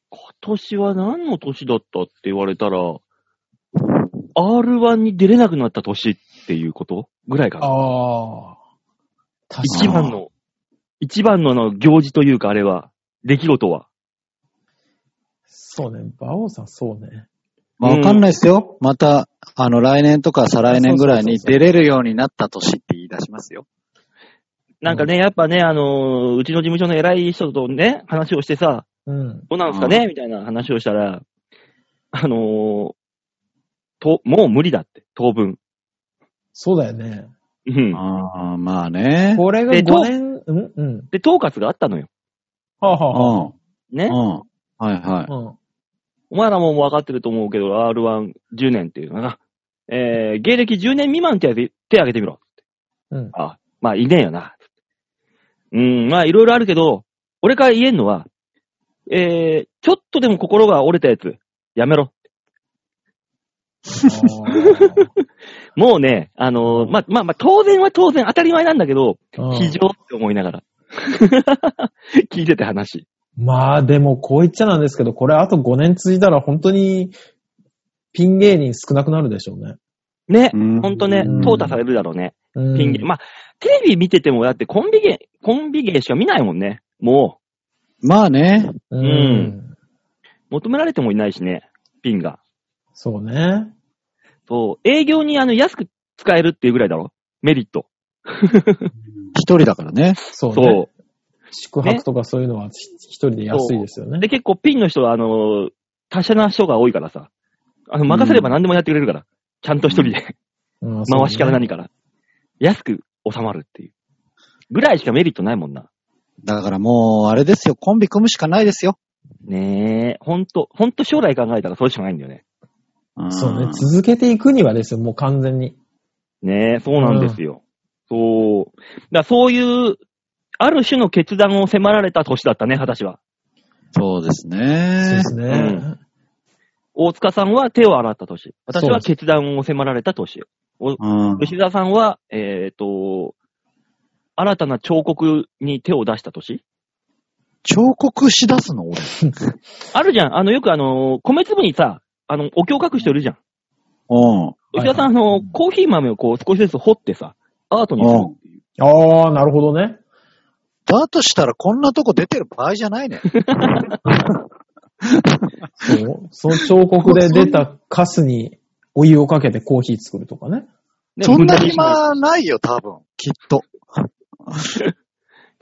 Speaker 2: 今年は何の年だったって言われたら、R1 に出れなくなった年っていうことぐらいかな。
Speaker 3: ああ。確
Speaker 2: 一番の、一番のあの行事というかあれは、出来事は。
Speaker 3: そうね。バオさん、そうね。
Speaker 4: まあわかんないですよ。また、あの、来年とか再来年ぐらいに出れるようになった年って言い出しますよ。
Speaker 2: なんかね、やっぱね、あのーうちの事務所の偉い人とね、話をしてさ、
Speaker 3: うん。
Speaker 2: どうなんすかね、みたいな話をしたら、あのーと、もう無理だって、当分。
Speaker 3: そうだよね。
Speaker 2: うん。
Speaker 4: ああ、まあね。
Speaker 3: これが
Speaker 2: でどう
Speaker 3: 5年、うんうん。
Speaker 2: で、統括があったのよ。
Speaker 3: はあ、
Speaker 4: う
Speaker 3: は
Speaker 4: ん。う
Speaker 2: ね
Speaker 4: ん。。はいはい。
Speaker 3: あ、うん。
Speaker 2: お前らも分かってると思うけど、R110 年っていうのかな。えー、芸歴10年未満手挙げ手挙げてみろ。
Speaker 3: うん
Speaker 2: あ、まあ、いねえよな。うん、まあ、いろいろあるけど、俺から言えんのは、えー、ちょっとでも心が折れたやつ、やめろ。もうね、あのーまあ、まあ、まあ、当然は当然当たり前なんだけど、
Speaker 3: あー
Speaker 2: 非常って思いなが ら。聞いてて話。
Speaker 3: まあでも、こう言っちゃなんですけど、これあと5年続いたら本当に、ピン芸人少なくなるでしょうね。
Speaker 2: ね、
Speaker 4: うん
Speaker 2: ほんとね
Speaker 3: うん、
Speaker 2: 淘汰されるだろうね。
Speaker 3: うん
Speaker 2: ピン芸。まあ、テレビ見てても、だってコンビ芸、コンビ芸しか見ないもんね。も
Speaker 4: まあね。
Speaker 3: うん。
Speaker 2: うんう、求められてもいないしね、ピンが。
Speaker 3: そうね。
Speaker 2: そう、営業にあの、安く使えるっていうぐらいだろメリット。
Speaker 4: 一人だからね。
Speaker 3: そうね。
Speaker 2: そ
Speaker 3: 宿泊とかそういうのはひ一人で安いですよ
Speaker 2: う。
Speaker 3: ね
Speaker 2: で、。結構ピンの人は、あの、他社な人が多いからさ。あの、任せれば何でもやってくれるから。ちゃんと一人で。
Speaker 3: うんそうね
Speaker 2: 回しから何から。安く収まるっていう。ぐらいしかメリットないもんな。
Speaker 4: だからもう、あれですよ。コンビ組むしかないですよ。
Speaker 2: ねえ、ほんと、ほんと将来考えたらそれしかないんだよね。
Speaker 4: うん
Speaker 3: そうね。続けていくにはですよ、もう完全に。
Speaker 2: ねえ、そうなんですよ。そう。だからそういう、ある種の決断を迫られた年だったね、私は。
Speaker 4: そうです
Speaker 3: そう
Speaker 4: ね
Speaker 3: で。すね。
Speaker 2: うん大塚さんは手を洗った年。私は決断を迫られた年。
Speaker 4: うん。
Speaker 2: 吉田さんは、えっ、と、新たな彫刻に手を出した年
Speaker 4: 彫刻し出すの俺。
Speaker 2: あるじゃん。あの、よくあの、米粒にさ、あの、お経を書く人いるじゃん。
Speaker 4: うん。
Speaker 2: 吉田さん、あの、コーヒー豆をこう少しずつ掘ってさ、アートにするっていう。
Speaker 3: ああ、なるほどね。
Speaker 4: だとしたらこんなとこ出てる場合じゃないね。
Speaker 3: そう。その彫刻で出たカスにお湯をかけてコーヒー作るとかね。
Speaker 2: ね
Speaker 4: そんな
Speaker 2: 無駄にしい
Speaker 4: 暇ないよ、多分。きっと。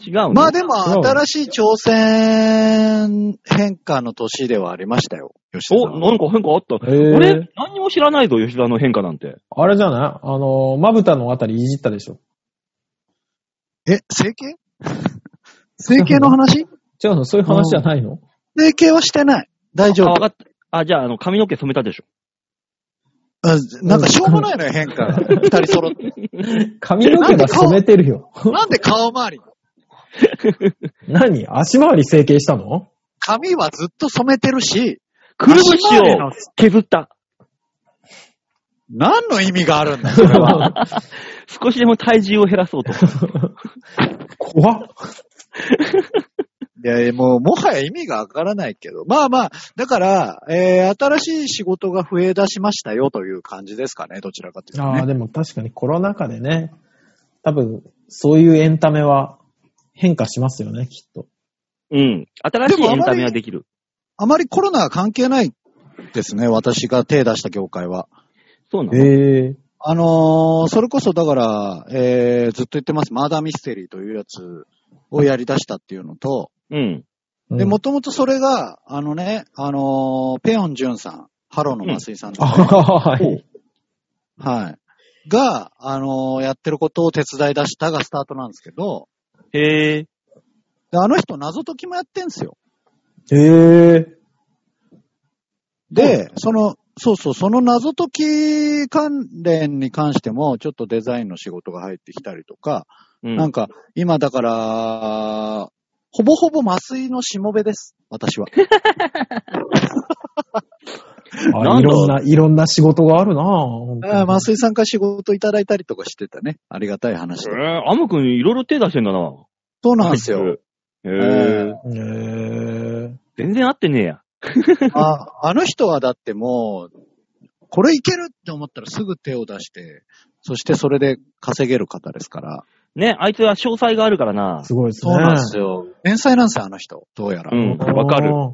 Speaker 2: 違うね。
Speaker 4: まあでも、新しい挑戦変化の年ではありましたよ。吉田さん
Speaker 2: お、なんか変化 あった。
Speaker 3: へえ
Speaker 2: 俺、何にも知らないぞ、吉田の変化なんて。
Speaker 3: あれじゃないあの、まぶたのあたりいじったでしょ。
Speaker 4: え、整形 整形の話
Speaker 3: 違うのそういう話じゃないの
Speaker 4: 整形はしてない。大丈
Speaker 2: あ、わ
Speaker 4: 夫。
Speaker 2: かった。あ、じゃあ、あの、髪の毛染めたでしょ。
Speaker 4: あなんかしょうもないのよ、変化が。二人揃って。
Speaker 3: 髪の毛が染めてるよ。
Speaker 4: なんで顔周り
Speaker 3: 何足回り整形したの
Speaker 4: 髪はずっと染めてるし、
Speaker 2: くるぶ
Speaker 4: 足
Speaker 2: し
Speaker 4: 回りの
Speaker 2: を削った。
Speaker 4: 何の意味があるんだよ、そ れは。
Speaker 2: 少しでも体重を減ら そうと。
Speaker 3: 怖っ。
Speaker 4: いや、もう、もはや意味がわからないけど。まあまあ、だから、えー、新しい仕事が増え出しましたよという感じですかね、どちらかというと
Speaker 3: ああ、
Speaker 4: ね。
Speaker 3: でも確かにコロナ禍でね、多分、そういうエンタメは変化しますよね、きっと。
Speaker 2: うん。新しいエンタメはできる。
Speaker 4: あまりコロナは関係ないですね、私が手出した業界は。
Speaker 2: そうなの、
Speaker 3: ええ
Speaker 4: あのーそれこそだから、えー、ずっと言ってます、マーダーミステリーというやつをやり出したっていうのと、
Speaker 2: うん。
Speaker 3: うん
Speaker 4: で、もともとそれが、あのね、あのーペヨンジュンさん、ハローの増井さんと
Speaker 3: あ
Speaker 4: かね、
Speaker 3: ははい。
Speaker 4: はい。が、あのーやってることを手伝い出したがスタートなんですけど、
Speaker 2: へえ。
Speaker 4: であの人謎解きもやってんすよ。
Speaker 3: ええ
Speaker 4: で、その、そうそう、その謎解き関連に関しても、ちょっとデザインの仕事が入ってきたりとか、
Speaker 2: うん。
Speaker 4: なんか、今だから、ほぼほぼ麻酔のしもべです。私は。
Speaker 2: な
Speaker 3: あ
Speaker 2: んだ
Speaker 3: いろんな、いろんな仕事があるなぁ本当に
Speaker 4: あー麻酔さんから仕事いただいたりとかしてたね。ありがたい話
Speaker 2: え
Speaker 4: で。
Speaker 2: ー、アム君いろいろ手出してんだな。
Speaker 4: そうなんですよ。。
Speaker 2: へえ
Speaker 4: え
Speaker 3: へー
Speaker 2: 全然合ってねえや。
Speaker 4: ああの人はだってもう、これいけるって思ったらすぐ手を出して、そしてそれで稼げる方ですから。
Speaker 2: ね、あいつは詳細があるからな。
Speaker 3: すごいです
Speaker 4: そ
Speaker 3: ね。
Speaker 4: うなんですよ。天才なんですよ、あの人。どうやら。
Speaker 2: うんわかる
Speaker 3: あー。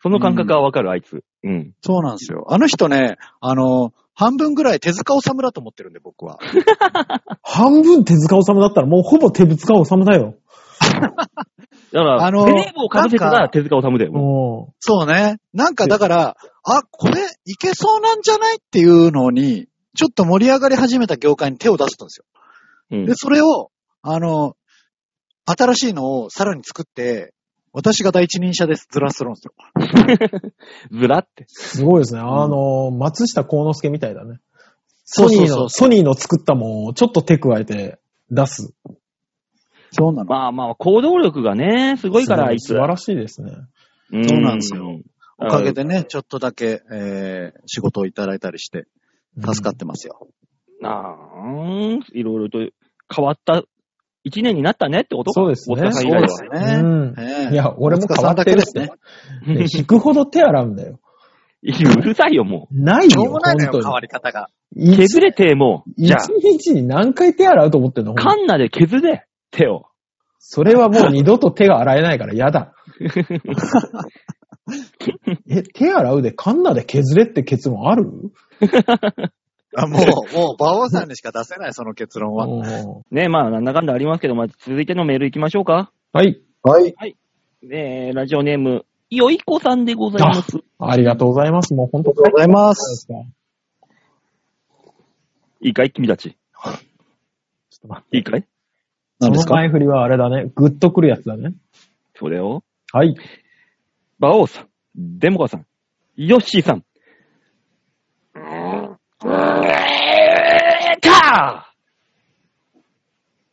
Speaker 2: その感覚はわかる、あいつ。うん。
Speaker 4: そうなんですよ。あの人ね、あの、半分ぐらい手塚治虫だと思ってるんで、僕は。
Speaker 3: 半分手塚治虫だったらもうほぼ手塚治虫だよ。
Speaker 2: だから、
Speaker 4: あの
Speaker 2: ベレー帽をかぶせて
Speaker 4: なん
Speaker 2: た
Speaker 4: か
Speaker 2: 手塚治虫だよ。も
Speaker 3: も
Speaker 4: そうね。なんかだから、あ、これいけそうなんじゃないっていうのに、ちょっと盛り上がり始めた業界に手を出すんですよ。
Speaker 2: ううん
Speaker 4: で、それを、あの、新しいのをさらに作って、私が第一人者です、ずらするんですよ。
Speaker 2: ずらって。
Speaker 3: う、すごいですね。あの、松下幸之助みたいだね。ソ
Speaker 4: そう
Speaker 3: ニーの、
Speaker 4: そうそう
Speaker 3: ソニーの作ったもんをちょっと手加えて出す。
Speaker 4: そうなの。
Speaker 2: まあまあ、行動力がね、すごいから、あいつ。
Speaker 3: 素晴らしいですね。
Speaker 2: うん
Speaker 4: そうなんですよ。おかげでね、ちょっとだけ、えー、仕事をいただいたりして、助かってますよ。
Speaker 2: なーん、いろいろと変わった一年になったねってことか
Speaker 3: そうですね
Speaker 2: 大塚さん以
Speaker 4: そう
Speaker 2: 外
Speaker 4: で
Speaker 2: は
Speaker 4: す
Speaker 3: う
Speaker 4: ね。
Speaker 3: ん。
Speaker 4: ね
Speaker 3: いや、俺も変わってるっ
Speaker 4: 大塚さん
Speaker 3: て
Speaker 4: だ。
Speaker 3: ね引くほど手洗うんだよ。
Speaker 2: うるさいよ、も
Speaker 3: ない
Speaker 4: しょ
Speaker 3: よ、
Speaker 4: うも
Speaker 3: 本
Speaker 4: ないのよ、
Speaker 3: 当に
Speaker 4: 変わり方が。
Speaker 2: う。
Speaker 3: い
Speaker 2: 削れて、もう。
Speaker 3: 一
Speaker 2: じゃあ、
Speaker 3: 日に何回手洗うと思ってんの
Speaker 2: カンナで削れ、手を。
Speaker 3: それはもう二度と手が洗えないから嫌 だ。え、手洗うでカンナで削れって結論ある
Speaker 4: あもう、もう、馬王さんにしか出せない、その結論は。
Speaker 3: おー
Speaker 2: ね、まあ、なんだかんだありますけど、まあ、続いてのメール行きましょうか。
Speaker 3: はい。
Speaker 4: はい。
Speaker 2: えー、ラジオネーム、よいこさんでございます。
Speaker 3: ありがとうございます。もう本当
Speaker 4: ありがとうございます。
Speaker 3: ちょっ
Speaker 2: いいかい君たち。
Speaker 3: と待って。
Speaker 2: いいかい
Speaker 3: そ
Speaker 4: 何で
Speaker 3: の
Speaker 4: すか
Speaker 3: 前振りはあれだね。グッとくるやつだね。
Speaker 2: それを。
Speaker 3: はい。
Speaker 2: バオさん、デモカさん、ヨッシーさん。た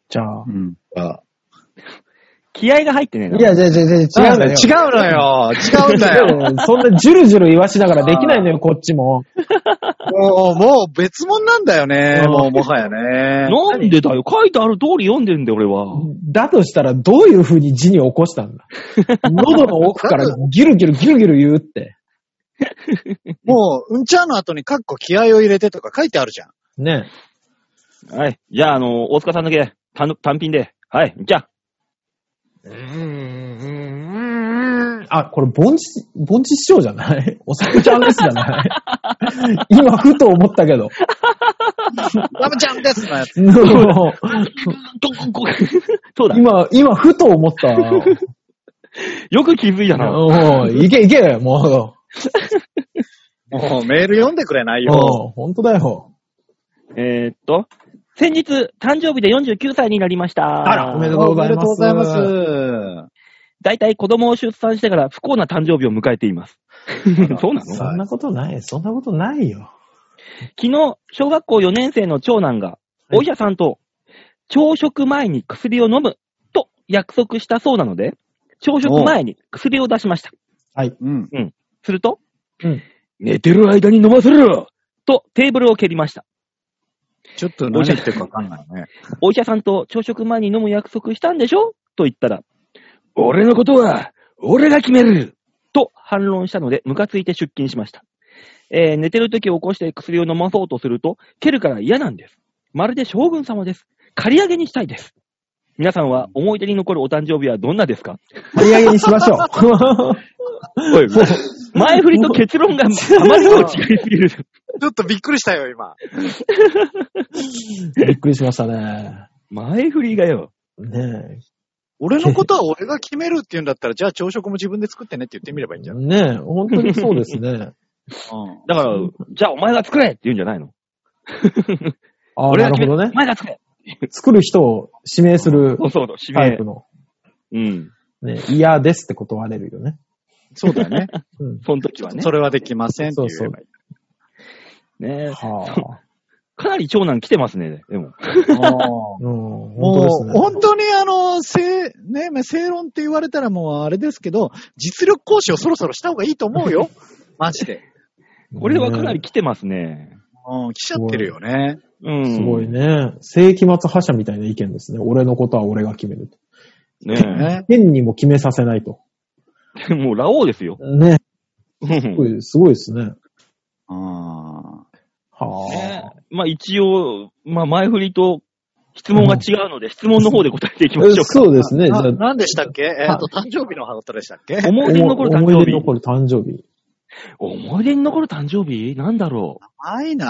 Speaker 3: じゃあ
Speaker 4: う。ん。あ
Speaker 2: 気合が入ってねえな。
Speaker 3: いや、じゃあ、じゃあ、じゃあ、違
Speaker 4: 違
Speaker 3: う
Speaker 4: うん
Speaker 3: だ
Speaker 4: の
Speaker 3: よ。
Speaker 4: よ。違うのよ。違うん だよ。
Speaker 3: うんそんなジュルジュル言わしながらできないのよ、こっちも。
Speaker 4: もう、もう別物なんだよね。
Speaker 2: うん
Speaker 4: もう、もはやね。
Speaker 2: なんでだよ。書いてある通り読んでんだよ、俺は。
Speaker 3: だとしたら、どういう風に字に起こしたん だ喉の奥からギルギルギルギル言うって。
Speaker 4: もう、うんちゃーの後にカッコ気合を入れてとか書いてあるじゃん。
Speaker 3: ね
Speaker 2: はい。じゃあ、あの、大塚さんだけ、単単品で。はい。じゃあ、
Speaker 3: あ、これ、盆地、盆地師匠じゃない お酒ちゃんですじゃない 今、ふと思ったけど。
Speaker 4: ラムちゃんですのやつ。
Speaker 3: もう
Speaker 2: どんこ そうだ。
Speaker 3: 今、今、ふと思 ったわ。
Speaker 2: よく気づいたな。
Speaker 3: おいけいけ、も。
Speaker 4: もう、メール読んでくれないうよ。
Speaker 3: おう本当だよ。
Speaker 2: えーっと、先日、誕生日で49歳になりました。
Speaker 3: あらおめでとう
Speaker 4: おめでとうございます。
Speaker 3: おめでと
Speaker 2: 大体子供を出産してから不幸な誕生日を迎えてい ます。そうなの
Speaker 3: そんなことない、そんなことないよ。
Speaker 2: 昨日、小学校4年生の長男が、お医者さんと、朝食前に薬を飲むと約束したそうなので、朝食前に薬を出しました。
Speaker 4: うん。
Speaker 2: すると、
Speaker 3: うん
Speaker 2: 寝てる間に飲ませるとテーブルを蹴りました。
Speaker 4: ちょっと何言ってるかわかんないね。
Speaker 2: お医者さんと朝食前に飲む約束したんでしょと言ったら、俺のことは俺が決めると反論したので、ムカついて出勤しました。えー寝てる時起こして薬を飲まそうとすると、蹴るから嫌なんです。まるで将軍様です。借り上げにしたいです。皆さんは思い出に残るお誕生日はどんなですか
Speaker 3: 張り上げにしましょう。
Speaker 2: おい 前振りと結論があまりにも違いすぎる。
Speaker 4: ちょっとびっくりしたよ、今。
Speaker 3: びっくりしましたね。
Speaker 2: 前振りがよ。
Speaker 3: ね
Speaker 4: 俺のことは俺が決めるって言うんだったら、じゃあ朝食も自分で作ってねって言ってみればいいんじ
Speaker 3: え、
Speaker 4: ゃない、
Speaker 3: ねえ、本当にそうです ね。
Speaker 4: うん、
Speaker 2: だから、じゃあお前が作れって言うんじゃないの
Speaker 3: ああ、
Speaker 2: 俺
Speaker 3: な
Speaker 2: が
Speaker 3: る
Speaker 2: 決め
Speaker 3: ほどね
Speaker 2: お。前が作れ
Speaker 3: 作る人を指名する
Speaker 2: そうそう、指
Speaker 3: タイ
Speaker 2: 名
Speaker 3: プ。の、
Speaker 2: うん。
Speaker 3: ね、嫌ですって断れるよね。
Speaker 4: そうだよ ね。
Speaker 3: うん。
Speaker 2: その時はね。
Speaker 4: それはできませんって言えばいい。
Speaker 2: ね
Speaker 3: はあ。
Speaker 2: かなり長男来てますね、でも。
Speaker 4: も
Speaker 3: うん、
Speaker 4: う、
Speaker 3: 本当ですね。
Speaker 4: 本当にあの、正、ね、まあ正論って言われたらもうあれですけど、実力行使をそろそろした方がいいと思う よ。マジで。
Speaker 2: これはかなり来てますね。
Speaker 4: うん、来ちゃってるよね。
Speaker 2: うん。
Speaker 3: すごい。ね。世紀末覇者みたいな意見ですね。俺のことは俺が決めると。
Speaker 2: ね
Speaker 4: ね。
Speaker 3: 変にも決めさせないと。
Speaker 2: え。もう、ラオウですよ。
Speaker 3: ね。
Speaker 2: うん
Speaker 3: すごいすごいですね。
Speaker 4: あ
Speaker 3: は
Speaker 2: ね
Speaker 3: あ。
Speaker 2: まあ一応、まあ前振りと質問が違うので、質問の方で答えていきましょう
Speaker 3: え
Speaker 2: か。
Speaker 3: そうですね。じゃ
Speaker 4: あ。
Speaker 3: あ
Speaker 4: な、なんでしたっけえっと、誕生日のハートでしたっけ
Speaker 2: 思い出に残る誕
Speaker 3: 思い
Speaker 2: 生
Speaker 3: 出に
Speaker 2: 日。
Speaker 3: 残る誕生日。
Speaker 2: 思い出に残る誕生日なんだろ
Speaker 4: 甘いなぁ。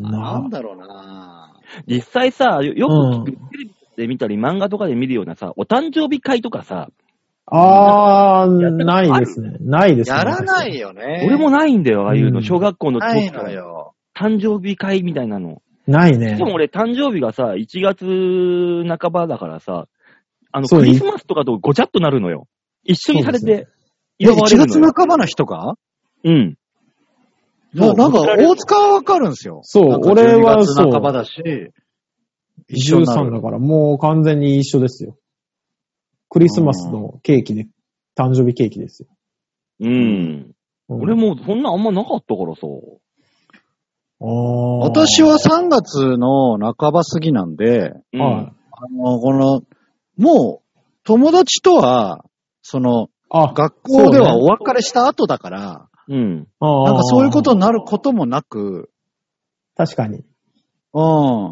Speaker 3: なあ
Speaker 4: なんだろうなぁ。
Speaker 2: う。実際さ、よよく聞く、
Speaker 3: う
Speaker 2: テレビで見たり、漫画とかで見るようなさ、お誕生日会とかさ、
Speaker 3: あ
Speaker 2: や
Speaker 3: ー、
Speaker 2: ったこと
Speaker 3: な
Speaker 2: ある
Speaker 3: いですね。ないですね。
Speaker 4: やらな
Speaker 3: 私
Speaker 4: いよね。
Speaker 2: 俺もないんだよ、ああいう
Speaker 3: う
Speaker 2: の。
Speaker 3: ん
Speaker 2: 小学校の
Speaker 4: ない
Speaker 2: 時か
Speaker 4: の
Speaker 2: ら
Speaker 4: よ。
Speaker 2: 誕生日会みたいなの。
Speaker 3: ないね
Speaker 2: しか。も俺、誕生日がさ、1月半ばだからさ、あの、
Speaker 3: そう
Speaker 2: クリスマスとかとごちゃっとなるのよ。一緒にされ
Speaker 3: そうで
Speaker 2: て、祝われ
Speaker 4: 1
Speaker 2: るの
Speaker 4: 月
Speaker 2: よ。
Speaker 4: 半ばの人か
Speaker 2: うん。
Speaker 4: ななんか、
Speaker 2: 送られる
Speaker 4: 大塚はわかるんですよ。
Speaker 3: そう
Speaker 4: なんか
Speaker 3: 俺は
Speaker 4: 12月半ばだし、一緒にな
Speaker 3: 13
Speaker 4: る
Speaker 3: だ。から、もう完全に一緒ですよ。クリスマスのケーキで、誕生日ケーキですよ。
Speaker 2: うん。
Speaker 3: うん
Speaker 2: 俺、もそんなあんまなかったからさ。
Speaker 3: あー
Speaker 4: 私は、3月の半ば過ぎなんで、
Speaker 2: うん
Speaker 3: はい。
Speaker 4: あの、この、もう、友達とは、その、
Speaker 3: あ、
Speaker 4: 学校ではお別れした後だから、
Speaker 2: うん。
Speaker 3: な
Speaker 4: なんかそういうことになることもなく、
Speaker 3: 確かに。
Speaker 4: う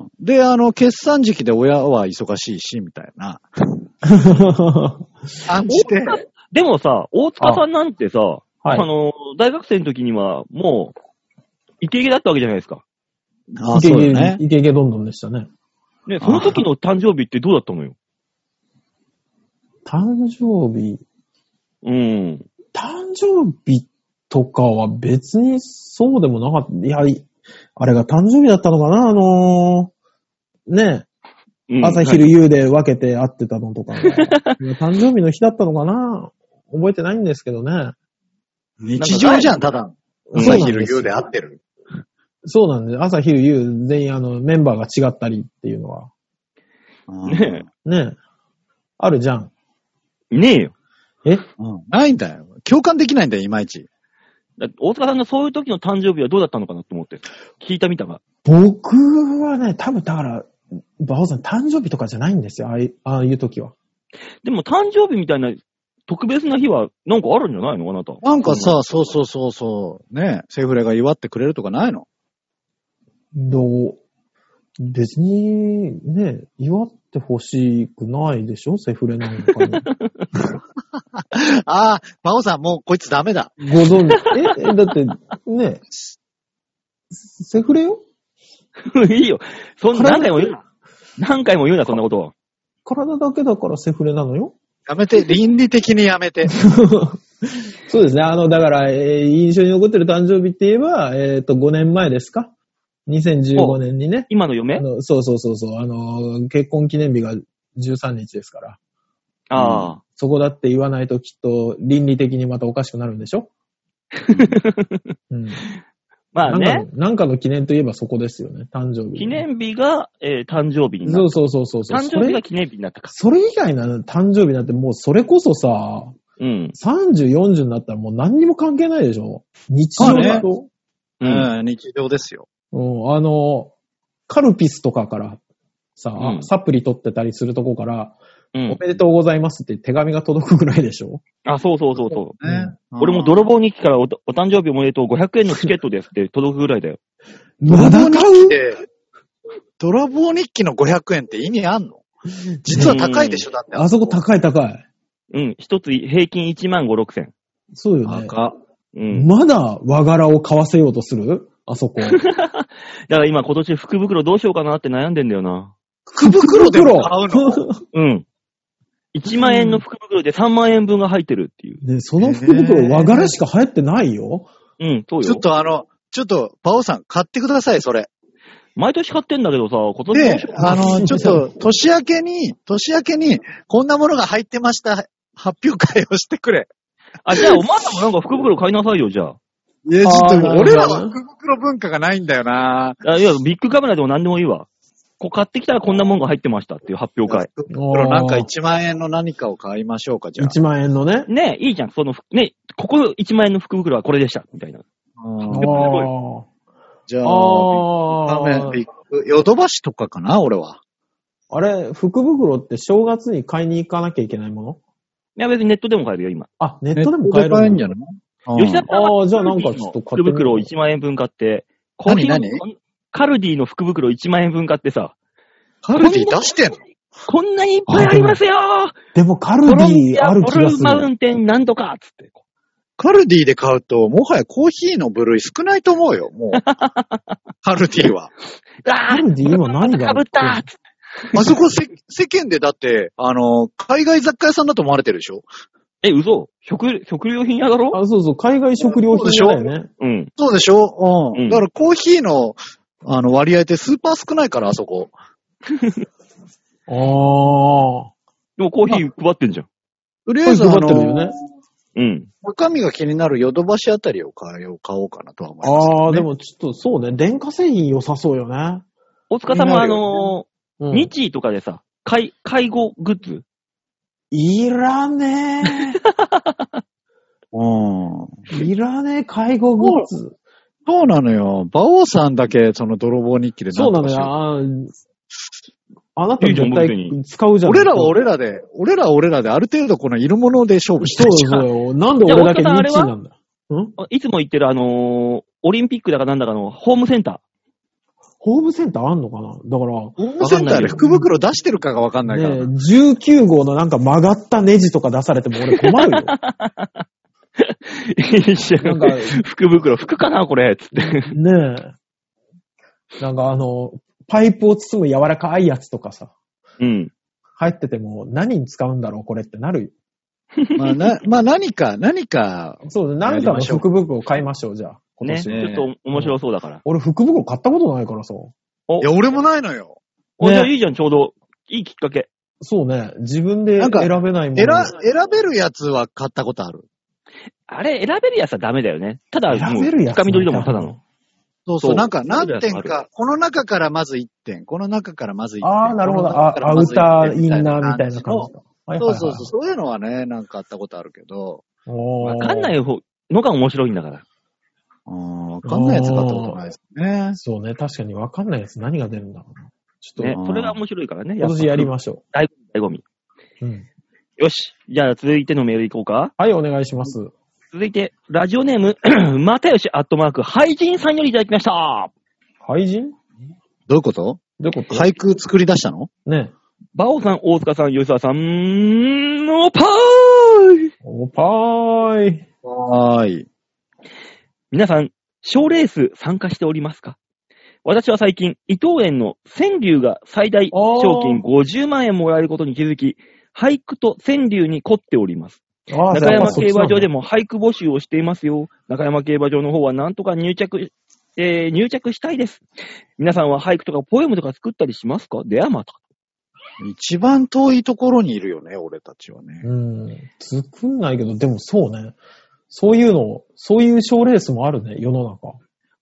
Speaker 4: ん。で、あの、決算時期で親は忙しいし、みたいな 感じで。
Speaker 2: でもさ、大塚さんなんてさ、あ,、
Speaker 3: はい。
Speaker 2: の、大学生の時にはもう、イケイケだったわけじゃないですか。
Speaker 4: あ
Speaker 3: イ
Speaker 4: あ、
Speaker 3: ケ
Speaker 4: そ
Speaker 3: イ
Speaker 4: う
Speaker 3: ケ、
Speaker 4: だね。
Speaker 3: イケイケどんどんでしたね。
Speaker 2: ね、その時の誕生日ってどうだったのよ。
Speaker 3: 誕生日、
Speaker 2: うん。
Speaker 3: 誕生日とかは別にそうでもなかった。いや、いあれが誕生日だったのかなあのー、ね
Speaker 2: うん
Speaker 3: 朝昼夕で分けて会ってたの とか。誕生日の日だったのかな覚えてないんですけどね。
Speaker 4: 日常じゃん、ただ。
Speaker 2: うん
Speaker 4: 朝昼夕で会ってる。
Speaker 3: そうなんです。朝昼夕全員あのメンバーが違ったりっていうのは。
Speaker 4: うん
Speaker 2: ね
Speaker 3: ねあるじゃん。
Speaker 2: え。ねえよ。
Speaker 4: うんないんだよ。共感できないんだよ、いまいち。
Speaker 2: だって大塚さんのそういう時の誕生日はどうだったのかなと思って、聞いたみたが。
Speaker 3: 僕はね、多分だから、バオさん誕生日とかじゃないんですよ。ああいああいう時は。
Speaker 2: でも誕生日みたいな特別な日はなんかあるんじゃないのあなた。
Speaker 4: なんかさ、そうそうそうそう、ね、セフレが祝ってくれるとかないの
Speaker 3: どう別に、ね、祝ってほしくないでしょセフレなんか に。
Speaker 4: ああ、バオさん、もうこいつダメだ。
Speaker 3: ご存知。え、えだって、ね、セフレよ
Speaker 2: うん いいよ。そん
Speaker 3: これ
Speaker 2: 何回も言うな。何回も言うな、そんなことを。
Speaker 3: 体だけだからセフレなのよ。
Speaker 4: やめて、倫理的にやめ て。
Speaker 3: そうですね。あの、だから、えー印象に残ってる誕生日って言えば、えっ、と、5年前ですか ?2015 年にね。
Speaker 2: 今の
Speaker 3: あ
Speaker 2: 嫁
Speaker 3: のそうそうそうそう。あの、結婚記念日が13日ですから。
Speaker 2: ああ。
Speaker 3: そこだって言わないときっと倫理的にまたおかしくなるんでしょ うん。
Speaker 2: まあ
Speaker 3: なん
Speaker 2: ね
Speaker 3: か。なんかの記念といえばそこですよね。誕生日。
Speaker 2: 記念日が、えー誕生日にな
Speaker 3: そ
Speaker 2: る
Speaker 3: う。そうそうそうそう。
Speaker 2: 誕生日が記念日になったか。
Speaker 3: それそれ以外の誕生日なんてもうそれこそさ、
Speaker 2: うん。
Speaker 3: 30、40になったらもう何にも関係ないでしょ日常だと。
Speaker 2: うん。
Speaker 4: うん、日常ですよ。
Speaker 3: うん、あの、カルピスとかからさ、
Speaker 2: うん
Speaker 3: サプリ取ってたりするとこから、
Speaker 2: うん
Speaker 3: おめでとうございますって手紙が届くぐらいでしょ
Speaker 2: あ、そうそうそうそう。
Speaker 4: ね
Speaker 2: 俺も泥棒日記からおお誕生日おめでとう500円のチケットですって届くぐらいだよ。
Speaker 3: まだ買
Speaker 4: 日記
Speaker 3: う
Speaker 4: って、泥棒日記の500円って意味あんの実は高いでしょ、だって。
Speaker 3: あそこ高い高い。
Speaker 2: うん。一つ平均1万5、6千。
Speaker 3: そうよね。
Speaker 4: 高
Speaker 2: うん。
Speaker 3: まだ和柄を買わせようとするあそ こ。
Speaker 2: だから今今年福袋どうしようかなって悩んでんだよな。
Speaker 4: 福袋でも買うの
Speaker 2: うん。1万円の福袋で3万円分が入ってるっていう。
Speaker 3: ね、その福
Speaker 4: へ
Speaker 3: 袋、
Speaker 4: ー
Speaker 3: 和柄しか流行ってないよ。
Speaker 2: うん、そう
Speaker 4: ちょっ
Speaker 2: よ。
Speaker 4: とあの、ちょっと、バオさん、買ってください、それ。
Speaker 2: 毎年買ってんだけどさ、今年どう
Speaker 4: で
Speaker 2: し よう、かな
Speaker 4: あの、ちょっと、年明けに、年明けに、こんなものが入ってました、発表会をしてくれ。
Speaker 2: あ、じゃあお前らもなんか福袋買いなさいよ、じゃあ。
Speaker 4: いや、ちょっ
Speaker 2: あ
Speaker 4: と
Speaker 2: ーなるほど
Speaker 4: 俺らは福袋文化がないんだよな。
Speaker 2: あいや、ビッグカメラでも何でもいいわ。こう買ってきたらこんなもんが入ってましたっていう発表会。
Speaker 4: 福袋なんか1万円の何かを買いましょうか、じゃあ。
Speaker 3: 1万円のね。
Speaker 2: ねえ、いいじゃん。その、ねここ1万円の福袋はこれでした。みたいな。
Speaker 4: うん
Speaker 3: あ
Speaker 4: じゃ
Speaker 3: あ。
Speaker 4: あ、
Speaker 3: あ
Speaker 4: 画
Speaker 3: あ
Speaker 4: 面。ヨドバシとかかな、俺は。
Speaker 3: あれ、福袋って正月に買いに行かなきゃいけないもの
Speaker 2: いや、別にネットでも買えるよ、今。
Speaker 3: あ、ネットでも買える
Speaker 4: ネットで買えんじゃないうん
Speaker 2: 吉田さんは
Speaker 3: ああ、じゃあなんかちょっと買
Speaker 2: 福
Speaker 3: ってみ
Speaker 2: 袋
Speaker 3: よ
Speaker 2: を
Speaker 3: う
Speaker 2: 1万円分買って、コー
Speaker 4: 何
Speaker 2: ヒー
Speaker 4: 何
Speaker 2: カルディの福袋1万円分買ってさ、
Speaker 4: カルディ出してんの
Speaker 2: こんなにいっぱいありますよ
Speaker 3: でもカル
Speaker 2: コ
Speaker 3: デ
Speaker 2: ロンビ
Speaker 3: ィあ
Speaker 2: ア
Speaker 3: る
Speaker 2: ブ
Speaker 3: 気
Speaker 2: ル
Speaker 3: がす
Speaker 2: ーマウ
Speaker 3: る。
Speaker 2: ンテンなんとかっつって。
Speaker 4: カルディで買うと、もはやコーヒーの部類少ないと思うよ、もう。 カルディは。
Speaker 2: あ
Speaker 3: カルディ今何が
Speaker 2: かぶったっつって
Speaker 4: あそこせ、 世間でだって、あの、海外雑貨屋さんだと思われてるでしょ
Speaker 2: え、嘘食、食料品屋だろ
Speaker 3: あ、そうそう、海外食料品だよね。
Speaker 2: うん。
Speaker 4: そうでしょうん。
Speaker 2: うん
Speaker 4: だからコーヒーの、あの、割合ってスーパー少ないから、あそこ。
Speaker 3: ああ。
Speaker 2: でもコーヒー配ってんじゃん。
Speaker 4: とりあ
Speaker 3: 配
Speaker 4: え
Speaker 3: っ
Speaker 4: ず、あ
Speaker 3: てるよね
Speaker 4: の、。
Speaker 2: うん。
Speaker 4: 中身が気になるヨドバシあたりを買おう買おうかなとは思います、
Speaker 3: ああ、で。もちょっとそうね、電化製品良さそうよね。
Speaker 2: 大塚さん
Speaker 4: 気に
Speaker 2: も
Speaker 4: な
Speaker 2: あ
Speaker 4: るよね
Speaker 2: の
Speaker 3: う
Speaker 2: ー、
Speaker 3: ん
Speaker 2: 日チとかでさ、介、介護グッズ
Speaker 3: いらね
Speaker 4: うん。
Speaker 3: え。いらねえ、介護グッズ。
Speaker 4: そうなのよ。馬王さんだけ、その泥棒日記で
Speaker 3: そうな
Speaker 4: とか
Speaker 3: の
Speaker 4: し
Speaker 3: よ。
Speaker 4: よ
Speaker 3: あーあなた
Speaker 2: いいじゃん
Speaker 3: 絶対
Speaker 2: 別
Speaker 3: 使うじゃん。
Speaker 4: 俺らは俺らで、俺らは俺らで、ある程度このいるもので勝負した
Speaker 3: そ
Speaker 4: いうじゃ
Speaker 3: そ
Speaker 4: ん。
Speaker 3: うよ。なんで俺だけ
Speaker 2: じゃあ
Speaker 3: 日チなんだ。ん
Speaker 2: あいつも言ってるあのー、オリンピックだかなんだかのホームセンタ
Speaker 3: ホームセンターあんのかなだから、
Speaker 4: ホームセンターで福袋出してるかがわかんないから
Speaker 3: ね
Speaker 4: な。
Speaker 3: 19号のなんか曲がったネジとか出されても俺困るよ。
Speaker 2: ー。一
Speaker 3: な
Speaker 2: 緒
Speaker 3: んか、
Speaker 2: 福袋、服かなこれ、つって。
Speaker 3: ねえ。なんかあの、パイプを包む柔らかいやつとかさ、
Speaker 2: うん。
Speaker 3: 入ってても何に使うんだろうこれってなる
Speaker 4: まあ、な、まあ何か、何か、
Speaker 3: よ。そうね、なんかの福袋を買いましょう、じゃあ。今
Speaker 2: ね。ち
Speaker 3: 年は。
Speaker 2: ょっと面白そうだから。
Speaker 3: 俺福袋買ったことないからさ。
Speaker 4: いや、俺もないのよ。
Speaker 2: お、
Speaker 3: ね
Speaker 2: じゃあいいじゃん、ちょうど。いいきっかけ。
Speaker 3: そうね、自分で
Speaker 4: なん
Speaker 3: 選
Speaker 4: か
Speaker 3: べないも
Speaker 4: 選、
Speaker 3: の。
Speaker 4: 選べるやつは買ったことある。
Speaker 2: あれ、選べるやつはダメだよね。ただ、
Speaker 3: 選
Speaker 2: もう、
Speaker 3: べるやつ
Speaker 2: つかみ取りだもん、ただの。
Speaker 4: そう
Speaker 2: そう
Speaker 4: そう。なんか
Speaker 2: 選
Speaker 4: 何
Speaker 2: べるやつあ
Speaker 4: 点
Speaker 2: る
Speaker 4: か、この中からまず1点、この中からまず1点。
Speaker 3: ああ、なるほど。
Speaker 4: この中
Speaker 3: あ
Speaker 4: から
Speaker 3: ア
Speaker 4: ま
Speaker 3: ウ
Speaker 4: ず一
Speaker 3: ター、
Speaker 4: 点
Speaker 3: インナーみたいな感
Speaker 4: の
Speaker 3: じだ。はいはい
Speaker 4: そ
Speaker 3: は
Speaker 4: う
Speaker 3: い
Speaker 4: そうそう。そういうのはね、なんかあったことあるけど、
Speaker 3: おー
Speaker 2: わかんないのが面白いんだから。
Speaker 4: うん、わかんないやつ買ったことないですね。
Speaker 3: そうね、確かにわかんないやつ何が出るんだろうな。ちょっと、
Speaker 2: ね、それが面白いからね。
Speaker 3: 今年やりましょ
Speaker 2: す。醍醐味。
Speaker 3: う。うん。
Speaker 2: よし。じゃあ、続いてのメールいこうか。
Speaker 3: はい、お願いします。
Speaker 2: 続いて、ラジオネーム、 またよしアットマーク、俳人さんよりいただきました。
Speaker 3: 廃人
Speaker 4: どういうこと
Speaker 3: どういうこと
Speaker 4: 俳句作り出したの
Speaker 3: ね。
Speaker 2: バオさん、大塚さん、吉沢さん、うーんおぱーい
Speaker 3: おぱーい。
Speaker 4: はーい。
Speaker 2: 皆さん、賞レース参加しておりますか私は最近、伊藤園の川柳が最大賞金50万円もらえることに気づき、俳句と川柳に凝っております。
Speaker 3: あ
Speaker 2: 中山競馬場で
Speaker 3: も。
Speaker 2: も俳句募集をしていますよ。中山競馬場の方はなんとか入着、えー入着したいです。皆さんは俳句とかポエムとか作ったりしますかではまた。
Speaker 4: 一番遠いところにいるよね、俺たちはね。
Speaker 3: うん。作んないけど、でもそうね。そういうの、そういう賞レースもあるね、世の中。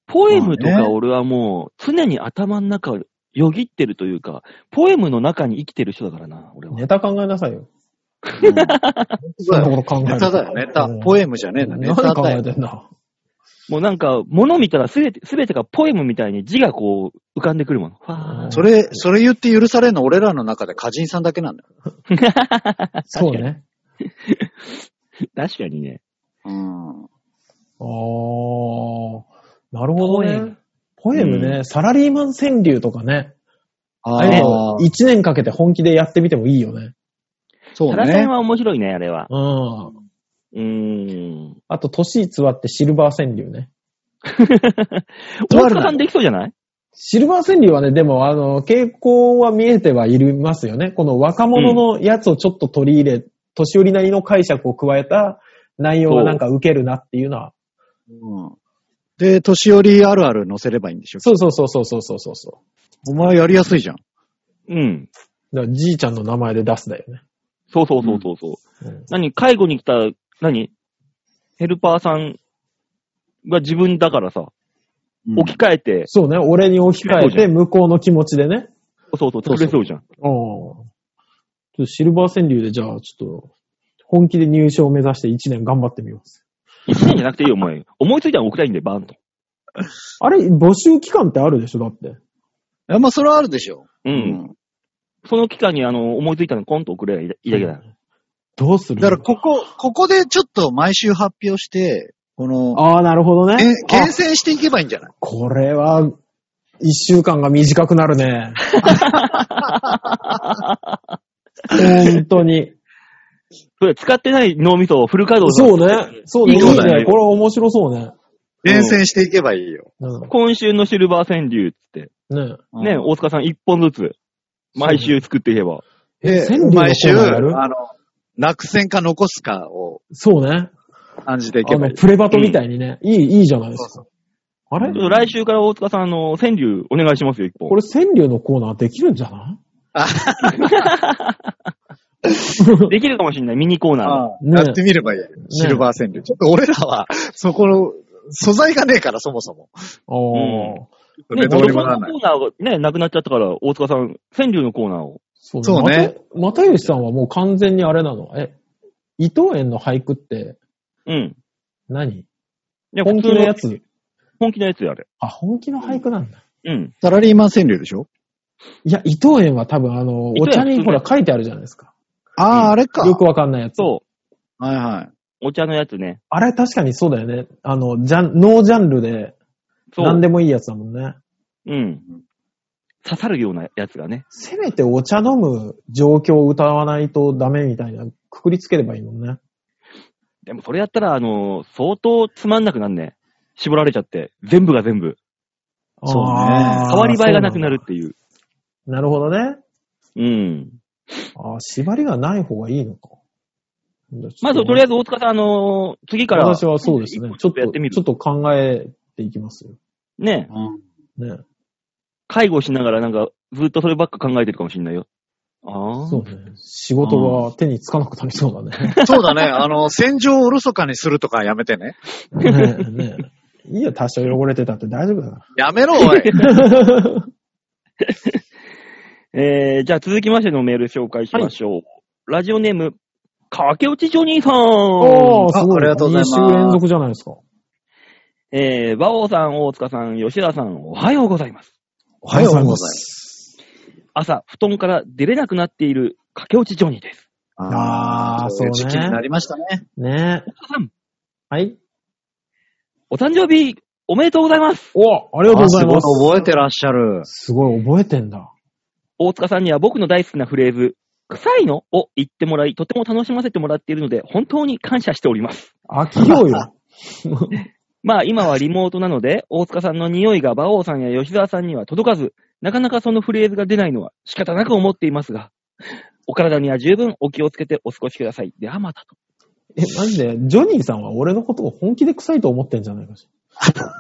Speaker 2: ポエムと
Speaker 4: まあね
Speaker 2: か俺はもう常に頭の中をよぎってるというか、ポエムの中に生きてる人だからな、俺は。
Speaker 3: ネタ考えなさいよ。
Speaker 4: うん
Speaker 3: そんなこと考えな
Speaker 4: ネ
Speaker 3: い
Speaker 4: タだよ、ネタ。ポエムじゃねえんだ、ネ
Speaker 3: 何
Speaker 4: タ
Speaker 3: 考
Speaker 4: だ
Speaker 3: え
Speaker 4: よ。
Speaker 3: てんだ。
Speaker 2: もうなんか、物見たらすべて、すべてがポエムみたいに字がこう浮かんでくるもの。わー
Speaker 4: それ、それ言って許されるの俺らの中で歌人さんだけなんだよ。
Speaker 3: そうね。
Speaker 2: 確かにね。
Speaker 4: うん。
Speaker 3: あー。なるほど
Speaker 2: ポエ
Speaker 3: ね
Speaker 2: ム。
Speaker 3: ポエムね、サラリーマン川柳とかね。
Speaker 4: あ
Speaker 3: あ
Speaker 4: あ
Speaker 3: れ、一年かけて本気でやってみてもいいよね。
Speaker 4: そう
Speaker 2: タラさ
Speaker 4: ね
Speaker 2: ん。は面白いね、あれは。
Speaker 3: うん。
Speaker 2: うーん。
Speaker 3: あと、年偽ってシルバー川柳ね。
Speaker 2: 大塚さんできそうじゃない
Speaker 3: シルバー川柳はね、でも、あの、傾向は見えてはいますよね。この若者のやつをちょっと取り入れ、年寄りなりの解釈を加えた内容がなんか受けるなっていうのは。
Speaker 4: うんで、年寄りあるある載せればいいんでしょ
Speaker 3: そうそうそうそうそうそうそうそ
Speaker 4: お前やりやすいじゃん。
Speaker 2: うん。
Speaker 3: う。だからじいちゃんの名前で出すだよね。
Speaker 2: そうそうそうそう。う
Speaker 3: うん
Speaker 2: 何介護に来た、何ヘルパーさんが自分だからさ、
Speaker 4: うん
Speaker 2: 置き換えて、
Speaker 3: そうね、俺に置き換えて、向こうの気持ちでね。
Speaker 2: そうそう、作れそうじゃん。
Speaker 3: ああ。ちょっとシルバー川柳で、じゃあ、ちょっと、本気で入賞を目指して1年頑張ってみます。
Speaker 2: 一年じゃなくていいよ、お前。思いついたら送りたいんで、バーンと。
Speaker 3: あれ、募集期間ってあるでしょだって。
Speaker 4: いや、まあ、それはあるでしょ。
Speaker 2: う。。
Speaker 4: うん
Speaker 2: その期間に、あの、思いついたのコンと送ればいいだけだ。
Speaker 3: どうする
Speaker 4: だから、ここ、ここでちょっと毎週発表して、この、
Speaker 3: ああ、なるほどね
Speaker 4: え。
Speaker 3: あ
Speaker 4: 厳選していけばいいんじゃない
Speaker 3: これは、一週間が短くなるね。本当に。
Speaker 2: それ、使ってない脳みそをフル稼働
Speaker 3: そう
Speaker 2: う。
Speaker 3: ね。そうね。
Speaker 2: い
Speaker 3: い
Speaker 2: い
Speaker 3: い
Speaker 2: ことだよ
Speaker 3: ね。これ面白そうね。
Speaker 4: 厳選していけばいいよ。
Speaker 3: うん
Speaker 2: 今週のシルバー川柳っつって、
Speaker 3: ね
Speaker 2: ね、大塚さん一本ずつ、毎週作っていけば。
Speaker 4: で
Speaker 3: 川柳のコーナー
Speaker 4: 毎週、
Speaker 3: やる
Speaker 4: あの、落選か残すかを
Speaker 3: そうね。
Speaker 4: 感じてい
Speaker 3: あ
Speaker 4: けばい
Speaker 3: の、
Speaker 4: い。
Speaker 3: プレバトみたいにね。いい、いいじゃないですか。あれ
Speaker 2: ちょっと来週から大塚さん、あの、川柳お願いしますよ、一本。
Speaker 3: これ川柳のコーナーできるんじゃない
Speaker 4: あ
Speaker 2: できるかもしんない、ミニコーナー
Speaker 4: ああ
Speaker 3: ね
Speaker 4: やってみればいい。シルバー川柳。ちょっと俺らは、そこの、素材がねえから、そもそも。
Speaker 3: ああ、
Speaker 2: うんで。ね、
Speaker 4: どうにもなら
Speaker 2: の
Speaker 4: ない
Speaker 2: コ。ーナーがね、なくなっちゃったから、大塚さん、川柳のコーナーを。
Speaker 3: そう
Speaker 4: そうね。
Speaker 3: また又吉さんはもう完全にあれなの。え、伊藤園の俳句って
Speaker 2: うん。
Speaker 3: 何
Speaker 2: ね
Speaker 3: 本気のや。
Speaker 2: 普通
Speaker 3: つ。
Speaker 2: 本気のやつやれ。
Speaker 3: あ、本気の俳句なんだ。
Speaker 2: うん。
Speaker 4: サラリーマン川柳でしょ
Speaker 3: いや、伊藤園は多分あの、
Speaker 2: 伊
Speaker 3: お
Speaker 2: 藤園
Speaker 3: 茶にほら書いてあるじゃないですか。
Speaker 4: ああ、あれか。
Speaker 3: よくわかんないやつ。
Speaker 2: そ
Speaker 4: はいはい。
Speaker 2: う。お茶のやつね。
Speaker 3: あれ確かにそうだよね。あの、ジャン、ノージャンルで、
Speaker 2: そう。
Speaker 3: 何でもいいやつだもんね。
Speaker 2: うん。刺さるようなやつがね。
Speaker 3: せめてお茶飲む状況を歌わないとダメみたいな、くくりつければいいもんね。
Speaker 2: でもそれやったら、あのー相当つまんなくなんね。絞られちゃって。全部が全部。
Speaker 4: そうね
Speaker 3: あー
Speaker 2: 変わり映えがなくなる。っていう。
Speaker 3: そうなんだなるほどね。
Speaker 2: うん。
Speaker 3: ああ、縛りがない方がいいのか。
Speaker 2: まず、とりあえ
Speaker 3: ず、
Speaker 2: ず大塚さん、あのー次から。
Speaker 3: 私はそうですね。ちょっと、
Speaker 2: やってみる
Speaker 3: ちょっと考えていきますよ。
Speaker 2: ね。
Speaker 3: ね。
Speaker 2: 介護しながらなんか、ずっとそればっか考えてるかもしんないよ。ああ。
Speaker 3: そうね。仕事が手につかなくなりそうだね。
Speaker 4: そう だね。あの、戦場をおろそかにするとかやめてね。
Speaker 3: ねえねえいいよ、多少汚れてたって大丈夫だ か
Speaker 4: やめろ、おい。
Speaker 3: ら。
Speaker 2: えー、じゃあ続きましてのメール紹介しましょう。ラジオネーム、駆け落ちジョニーさん。
Speaker 3: おー、すごい。
Speaker 4: ありがとうございます
Speaker 3: 2週連続じゃないですか。。
Speaker 2: えー、馬王さん、大塚さん、吉田さん、おはようございます。
Speaker 4: おはようございます
Speaker 2: 朝、布団から出れなくなっている駆け落ちジョニーです。
Speaker 3: あー
Speaker 4: い時期
Speaker 3: そうね
Speaker 4: になりましたね。
Speaker 3: ねえ。
Speaker 2: 大塚さん、
Speaker 3: はい。
Speaker 2: お誕生日、おめでとうございます。
Speaker 3: おありがとうございます。
Speaker 4: あすごい覚えてらっしゃる。
Speaker 3: すごい覚えてんだ。
Speaker 2: 大塚さんには僕の大好きなフレーズ、臭いのを言ってもらい、とても楽しませてもらっているので、本当に感謝しております。
Speaker 3: 飽きようよ。
Speaker 2: まあ今はリモートなので、大塚さんの匂いが馬王さんや吉沢さんには届かず、なかなかそのフレーズが出ないのは仕方なく思っていますが、お体には十分お気をつけてお過ごしください。ではまたと。
Speaker 3: え、マジで、ジョニーさんは俺のことを本気で臭いと思ってんじゃないかしら。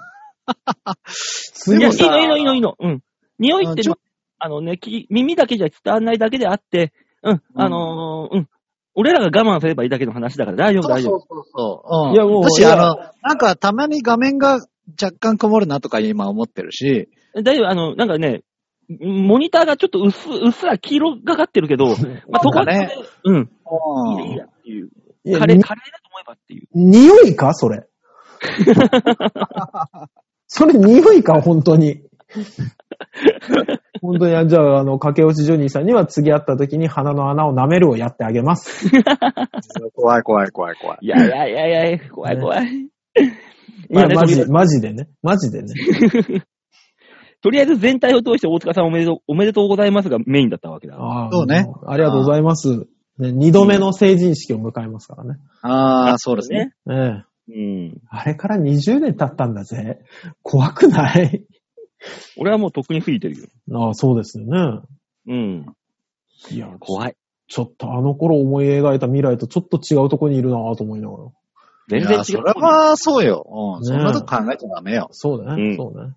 Speaker 2: い
Speaker 4: で
Speaker 2: や、
Speaker 4: も
Speaker 2: いい
Speaker 4: さ
Speaker 2: のいいのいいのいいの。うん。匂いって
Speaker 4: ち
Speaker 2: のは、
Speaker 4: ょ
Speaker 2: あのね、き耳だけじゃ伝わんないだけであって、うん、あのーうん。俺らが我慢すればいいだけの話だから大丈夫、大丈夫。
Speaker 4: そうそううん
Speaker 3: いやもう
Speaker 4: だし、
Speaker 3: いや
Speaker 4: あの、なんかたまに画面が若干曇るなとか今思ってるし、
Speaker 2: 大丈夫、あの、なんかね、モニターがちょっと薄、うっすら黄色がかってるけど、まあ、そこは、
Speaker 4: なん
Speaker 2: ね、
Speaker 4: か
Speaker 2: うん、いいやいい
Speaker 4: うん
Speaker 2: やっていう。
Speaker 3: いや
Speaker 2: カレー、
Speaker 3: に
Speaker 2: カレーだと思えばっていう。
Speaker 3: 匂いかそれ。それ匂いか本当に。本当に、あじゃあ、あの、駆け落ちジョニーさんには次会った時に鼻の穴を舐めるをやってあげます。
Speaker 4: 怖い怖い怖い怖い。
Speaker 2: いやいやいやいや、怖い怖い。
Speaker 3: い
Speaker 2: ま
Speaker 3: や、
Speaker 2: あね
Speaker 3: マジ
Speaker 2: そ、う
Speaker 3: マジでね。マジでね。
Speaker 2: とりあえず全体を通して大塚さんおめでとう、おめでとうございますがメインだったわけだ。
Speaker 3: あー
Speaker 4: そうね。
Speaker 3: ありがとうございます。ね、二度目の成人式を迎えますからね。
Speaker 4: ああ、そうですね。。
Speaker 3: ええ。
Speaker 2: うん。
Speaker 3: あれから20年経ったんだぜ。怖くない
Speaker 2: 俺はもうとっくに過ぎてるよ。
Speaker 3: ああ、そうですよね。
Speaker 2: うん。
Speaker 3: いや、
Speaker 2: 怖い。
Speaker 3: ちょっとあの頃思い描いた未来とちょっと違うとこにいるなぁと思いながら。
Speaker 2: 全
Speaker 4: い
Speaker 2: 然違
Speaker 4: や
Speaker 2: う。
Speaker 4: それはそうよ。うん。
Speaker 3: ね
Speaker 4: そんなとこ考えちゃダメよ。
Speaker 3: そうだね、
Speaker 2: うん
Speaker 3: そうね。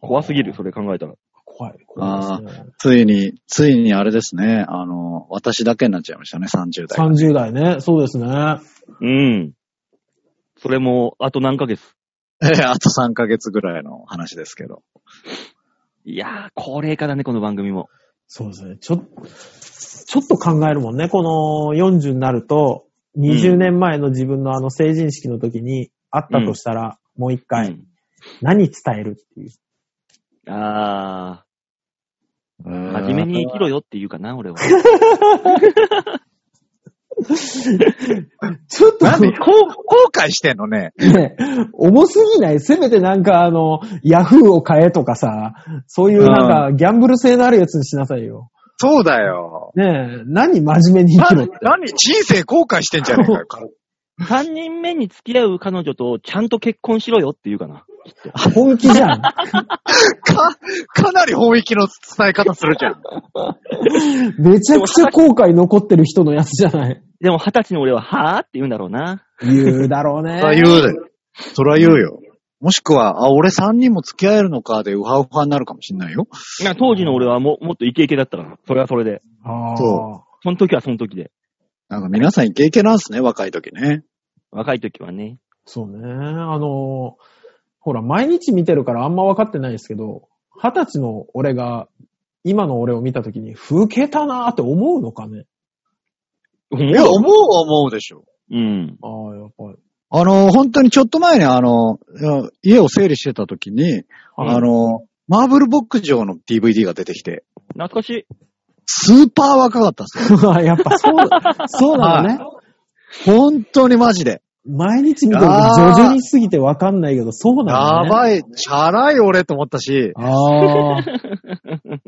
Speaker 2: 怖すぎる、それ考えたら。
Speaker 3: 怖い、怖いですね。
Speaker 4: ついに、ついにあれですね。あの、私だけになっちゃいましたね、30代。
Speaker 3: 30代ね、そうですね。
Speaker 2: うん。それも、あと何ヶ月。
Speaker 4: えー あと3ヶ月ぐらいの話ですけど。
Speaker 2: いやー、高齢化だね、この番組も。
Speaker 3: そうですね。ちょ、ちょっと考えるもんね。この40になると、20年前の自分のあの成人式の時にあったとしたら、もう一回、何伝えるっていう。
Speaker 2: うん。あー、
Speaker 4: 初
Speaker 2: 真面目に生きろよって言うかな、 俺は。
Speaker 3: ちょっと
Speaker 4: なんで、後後悔してんのね。
Speaker 3: ね、重すぎないせめてなんかあの、ヤフーを買えとかさ、そういうなんかギャンブル性のあるやつにしなさいよ。
Speaker 4: そうだよ。
Speaker 3: ねえ、何真面目に生きろ
Speaker 4: な
Speaker 3: って。
Speaker 4: 何人生後悔してんじゃねえかよ。
Speaker 2: 3人目に付き合う彼女とちゃんと結婚しろよって言うかな。
Speaker 3: 本気じゃん。
Speaker 4: か、かなり本域の伝え方するじゃん。
Speaker 3: めちゃくちゃ後悔残ってる人のやつじゃ ない。
Speaker 2: でも二十歳の俺は、はぁって言うんだろうな。
Speaker 3: 言うだろうね。
Speaker 4: そら言うで。そら言うよ。もしくは、あ、俺3人も付き合えるのかでウハウハになるかもしんないよ。
Speaker 2: いや当時の俺はももっとイケイケだったから、それはそれで。
Speaker 3: あー
Speaker 4: そ
Speaker 2: その時はその時で。
Speaker 4: なんか皆さんイケイケなんすね、若い時ね。
Speaker 2: 若い時はね。
Speaker 3: そうね。あの、ほら、毎日見てるからあんま分かってないですけど、二十歳の俺が、今の俺を見たときに、老けたなーって思うのかね。
Speaker 4: いや、思うは思うでしょ。
Speaker 2: うん。
Speaker 3: ああ、やっぱり。
Speaker 4: あの、本当にちょっと前にあの、いや家を整理してた時に、
Speaker 2: はい
Speaker 4: あの、マーブル牧場の DVD が出てきて、
Speaker 2: 懐かしい。
Speaker 4: スーパー若かったっすよ。
Speaker 3: やっぱそう、そうなのね。
Speaker 4: 本当にマジで。
Speaker 3: 毎日見てると徐々に過ぎて分かんないけど、そうな
Speaker 4: や
Speaker 3: のね。
Speaker 4: ば
Speaker 3: い。
Speaker 4: い、チャラい俺と思ったし、
Speaker 3: ああ。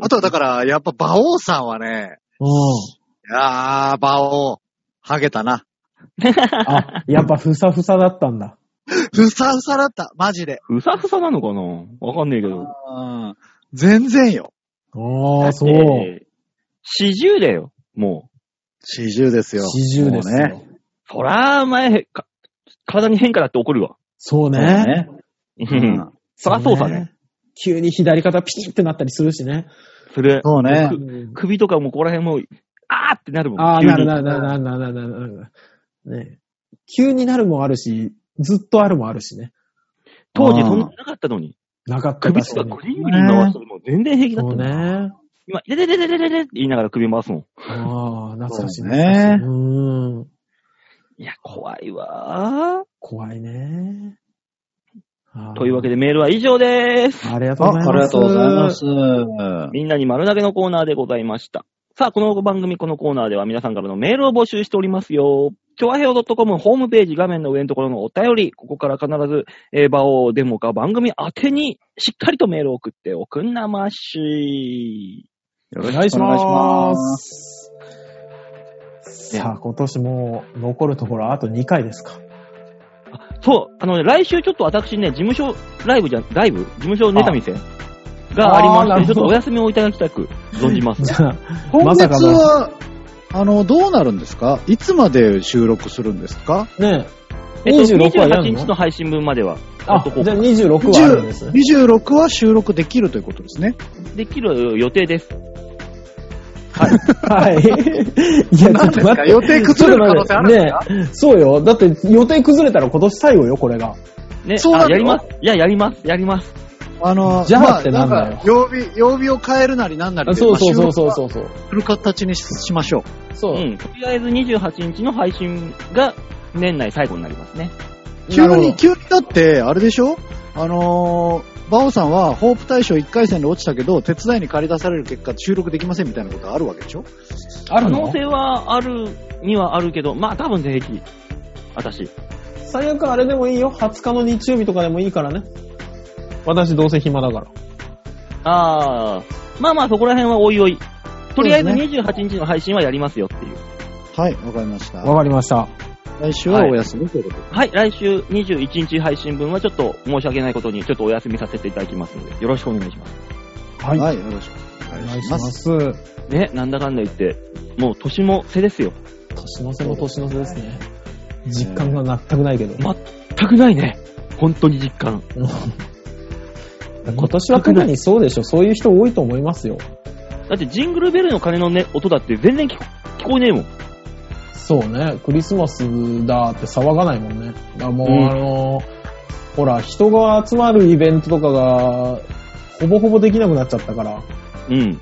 Speaker 4: あとはだから、やっぱ馬王さんはね、
Speaker 3: うん。
Speaker 4: いやー、馬王、ハゲたな。
Speaker 3: あ、やっぱふさふさだったんだ。
Speaker 4: ふさふさだった、マジで。
Speaker 2: ふさふさなのかなわかんねえけど。
Speaker 4: うん。全然よ。
Speaker 3: ああ、そう。
Speaker 2: だって。四十だよ、も
Speaker 4: 40ですよ。
Speaker 3: 四十です
Speaker 4: も
Speaker 3: よ
Speaker 4: うね。
Speaker 2: う。そら、前、か体に変化だって怒るわ。
Speaker 3: そう
Speaker 4: そう
Speaker 3: ね。
Speaker 4: ね。
Speaker 2: うん。そらそうだね。。
Speaker 3: 急に左肩ピキってなったりするしね。
Speaker 2: それ、
Speaker 4: そうね。
Speaker 3: うん
Speaker 2: 首とかもここら辺も、あーってなるもん。
Speaker 3: ああ、
Speaker 2: 急に
Speaker 3: なるなるなるなるなるなるなるなる。ね。急になるもあるし、ずっとあるもあるしね。
Speaker 2: 当時そんなのなかったのに。
Speaker 3: なかった
Speaker 2: 首
Speaker 3: ら
Speaker 2: とかグリングリン回しても全然平気だっ
Speaker 3: そ
Speaker 2: た
Speaker 3: う
Speaker 2: のに。
Speaker 3: ね。
Speaker 2: 今、でででででででって言いながら首回すもん。
Speaker 3: ああ、懐かしい
Speaker 4: そう
Speaker 3: 懐
Speaker 4: ね
Speaker 3: かしいうん。
Speaker 2: いや、怖いわ
Speaker 3: 怖いね。
Speaker 2: ー。というわけ
Speaker 3: で。
Speaker 2: でメールは以上でーす。
Speaker 3: ありがとう
Speaker 4: あ
Speaker 3: ございます。
Speaker 4: ありがとうございます。
Speaker 2: みんなに丸投げのコーナーでございました。さあ、この番組、このコーナーでは皆さんからのメールを募集しておりますよ。ちょわへお .com ホームページ画面の上のところのお便り、ここから必ず、えー、場をデモか番組宛てに、しっかりとメールを送っておくんなまし。
Speaker 4: よ
Speaker 3: お願いし
Speaker 4: ろくお願いし
Speaker 3: ま
Speaker 4: ます。
Speaker 3: す。さあ、今年も残るところあと2回ですか。
Speaker 2: そう、あのね、来週ちょっと私ね、事務所ライブじゃ、ライブ事務所ネタ見せがありま
Speaker 3: あーな
Speaker 2: し
Speaker 3: る
Speaker 2: て、ちょっ
Speaker 3: ほど
Speaker 2: とお休みをいただきたく存じます。
Speaker 3: じゃあ、
Speaker 4: 今
Speaker 3: まさか
Speaker 4: 月
Speaker 3: の
Speaker 4: は、あの、どうなるんですかいつまで収録するんですか
Speaker 3: ねえ、
Speaker 2: えっと、
Speaker 3: 26はや
Speaker 2: 28
Speaker 3: る
Speaker 2: 日の
Speaker 3: の
Speaker 2: 配信分までは、
Speaker 3: あ、じゃあ26はあるんですね。
Speaker 4: ?26 は収録できるということですね。
Speaker 2: できる予定です。
Speaker 3: はい。いや、 ちょ
Speaker 4: 何
Speaker 3: っと
Speaker 4: で
Speaker 3: 待
Speaker 4: すか
Speaker 3: って。
Speaker 4: 予定崩れる可能性あるんですか、
Speaker 3: ねえ、そうよ。だって予定崩れたら今年最後よ、これが。
Speaker 2: ね、
Speaker 4: そう
Speaker 2: あ
Speaker 4: なの
Speaker 2: やります。いや、やります。やります。
Speaker 4: あの、
Speaker 3: じゃあ
Speaker 4: ま
Speaker 3: ってなんだよ
Speaker 4: か曜日、曜日を変えるなりなんなりで、
Speaker 3: そうそうそうそう
Speaker 4: まあ収録
Speaker 3: そうそう。
Speaker 4: はする形にしましょう。
Speaker 3: そうう。
Speaker 2: ん。とりあえず28日の配信が年内最後になりますね。
Speaker 4: 急
Speaker 3: なるほ
Speaker 4: に、
Speaker 3: ど
Speaker 4: 急にだって、あれでしょあのー、バオさんは、ホープ大賞1回戦で落ちたけど、手伝いに借り出される結果、収録できませんみたいなことあるわけでしょ
Speaker 3: あ
Speaker 2: 可
Speaker 3: る
Speaker 2: 能
Speaker 3: の
Speaker 2: 性はあるにはあるけど、まあ多分平気。私。
Speaker 3: 最悪あれでもいいよ。20日の日曜日とかでもいいからね。私どうせ暇だから。
Speaker 2: ああ。まあまあそこら辺はおいおい。とりあえず
Speaker 4: そう
Speaker 2: 28日の配信はやりますよっていう。
Speaker 4: はい、わかりました。
Speaker 3: わかりました。
Speaker 4: 来週はお休みということで。
Speaker 2: はい、来週21日配信分はちょっと申し訳ないことにちょっとお休みさせていただきますので、よろしくお願いします。
Speaker 3: はい。
Speaker 4: はい、よろしくお
Speaker 3: お
Speaker 4: 願
Speaker 3: 願
Speaker 4: い
Speaker 3: い
Speaker 4: し
Speaker 3: し
Speaker 4: ま。
Speaker 3: ますす。
Speaker 2: ね、なんだかんだ言って、もう年も瀬ですよ。
Speaker 3: 年の瀬も年の瀬ですね。実感が全くないけど。
Speaker 2: ま全くないね。本当に実感。
Speaker 3: 今年は特にそうでしょ。そういう人多いと思いますよ。
Speaker 2: だってジングルベルの鐘の、ね、音だって全然聞こ聞こえねえもん。
Speaker 3: そうね、クリスマスだって騒がないもんね。だからもう、
Speaker 2: うん
Speaker 3: あのーほら、人が集まるイベントとかが、ほぼほぼできなくなっちゃったから。
Speaker 2: うん。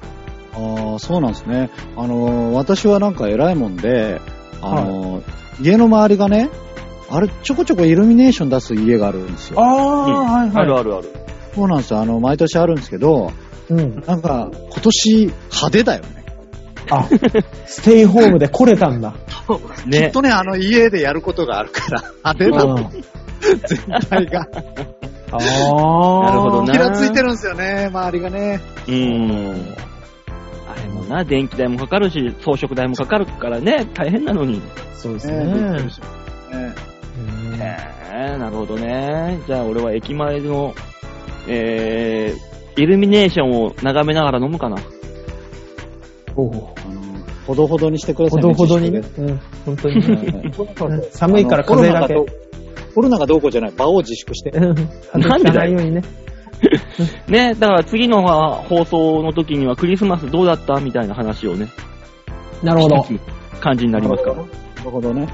Speaker 4: ああ、そうなんですね。あのー、私はなんか偉いもんで、あのー、家の周りがね、あれ、ちょこちょこイルミネーション出す家があるんですよ。
Speaker 3: あー、
Speaker 2: ある
Speaker 3: い。
Speaker 2: あるある。
Speaker 4: そうなんですよ。あの、毎年あるんですけど、
Speaker 3: うん。
Speaker 4: なんか、今年派手だよね。
Speaker 3: あ、ステイホームで来れたんだ。
Speaker 4: き
Speaker 2: ね
Speaker 4: っ。とね、あの、家でやることがあるから、派手
Speaker 3: うん、
Speaker 4: な
Speaker 3: あ
Speaker 4: 全 体が。
Speaker 3: あ。
Speaker 2: なるほどね
Speaker 4: ひらついてるんですよね、周りがね。
Speaker 2: うん。あれもな、電気代もかかるし、装飾代もかかるからね、大変なのに。
Speaker 3: そうですね。
Speaker 4: ねびっくり
Speaker 3: う
Speaker 4: しましたね
Speaker 3: ん
Speaker 2: へえ、なるほどね。じゃあ俺は駅前の、えー、イルミネーションを眺めながら飲むかな。
Speaker 3: ほうほ
Speaker 4: あのーほどほどにしてくだ
Speaker 3: うほ
Speaker 4: さい
Speaker 3: ど
Speaker 4: ね。
Speaker 3: ほどにね
Speaker 4: 自。
Speaker 3: うん、本当にね。
Speaker 4: 粛で。
Speaker 3: うん寒いから風邪だけ
Speaker 4: あの。コロナがどうコロナがどうこうじゃない。場を自粛して。
Speaker 3: うん
Speaker 2: なんでだよ
Speaker 3: 風邪ひかないようにね。
Speaker 2: ね、だから次のは放送の時にはクリスマスどうだったみたいな話をね、
Speaker 3: なるほど。
Speaker 2: 感じになりますから。
Speaker 4: なるほどね。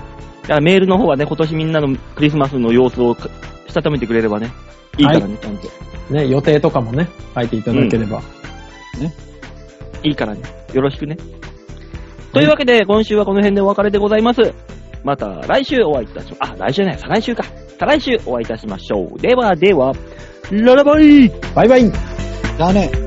Speaker 2: だからメールの方はね、今年みんなのクリスマスの様子をかしたためてくれればね、いいからね、ちゃんと。
Speaker 3: ね、予定とかもね、書いていただければ。
Speaker 2: いいからね、よろしくね。というわけで、今週はこの辺でお別れでございます。また来週お会いいたしまあ、来週じゃない、再来週か。再来週お会いいたしましょう。ではでは、ララバイ
Speaker 3: バイバイ
Speaker 4: だね。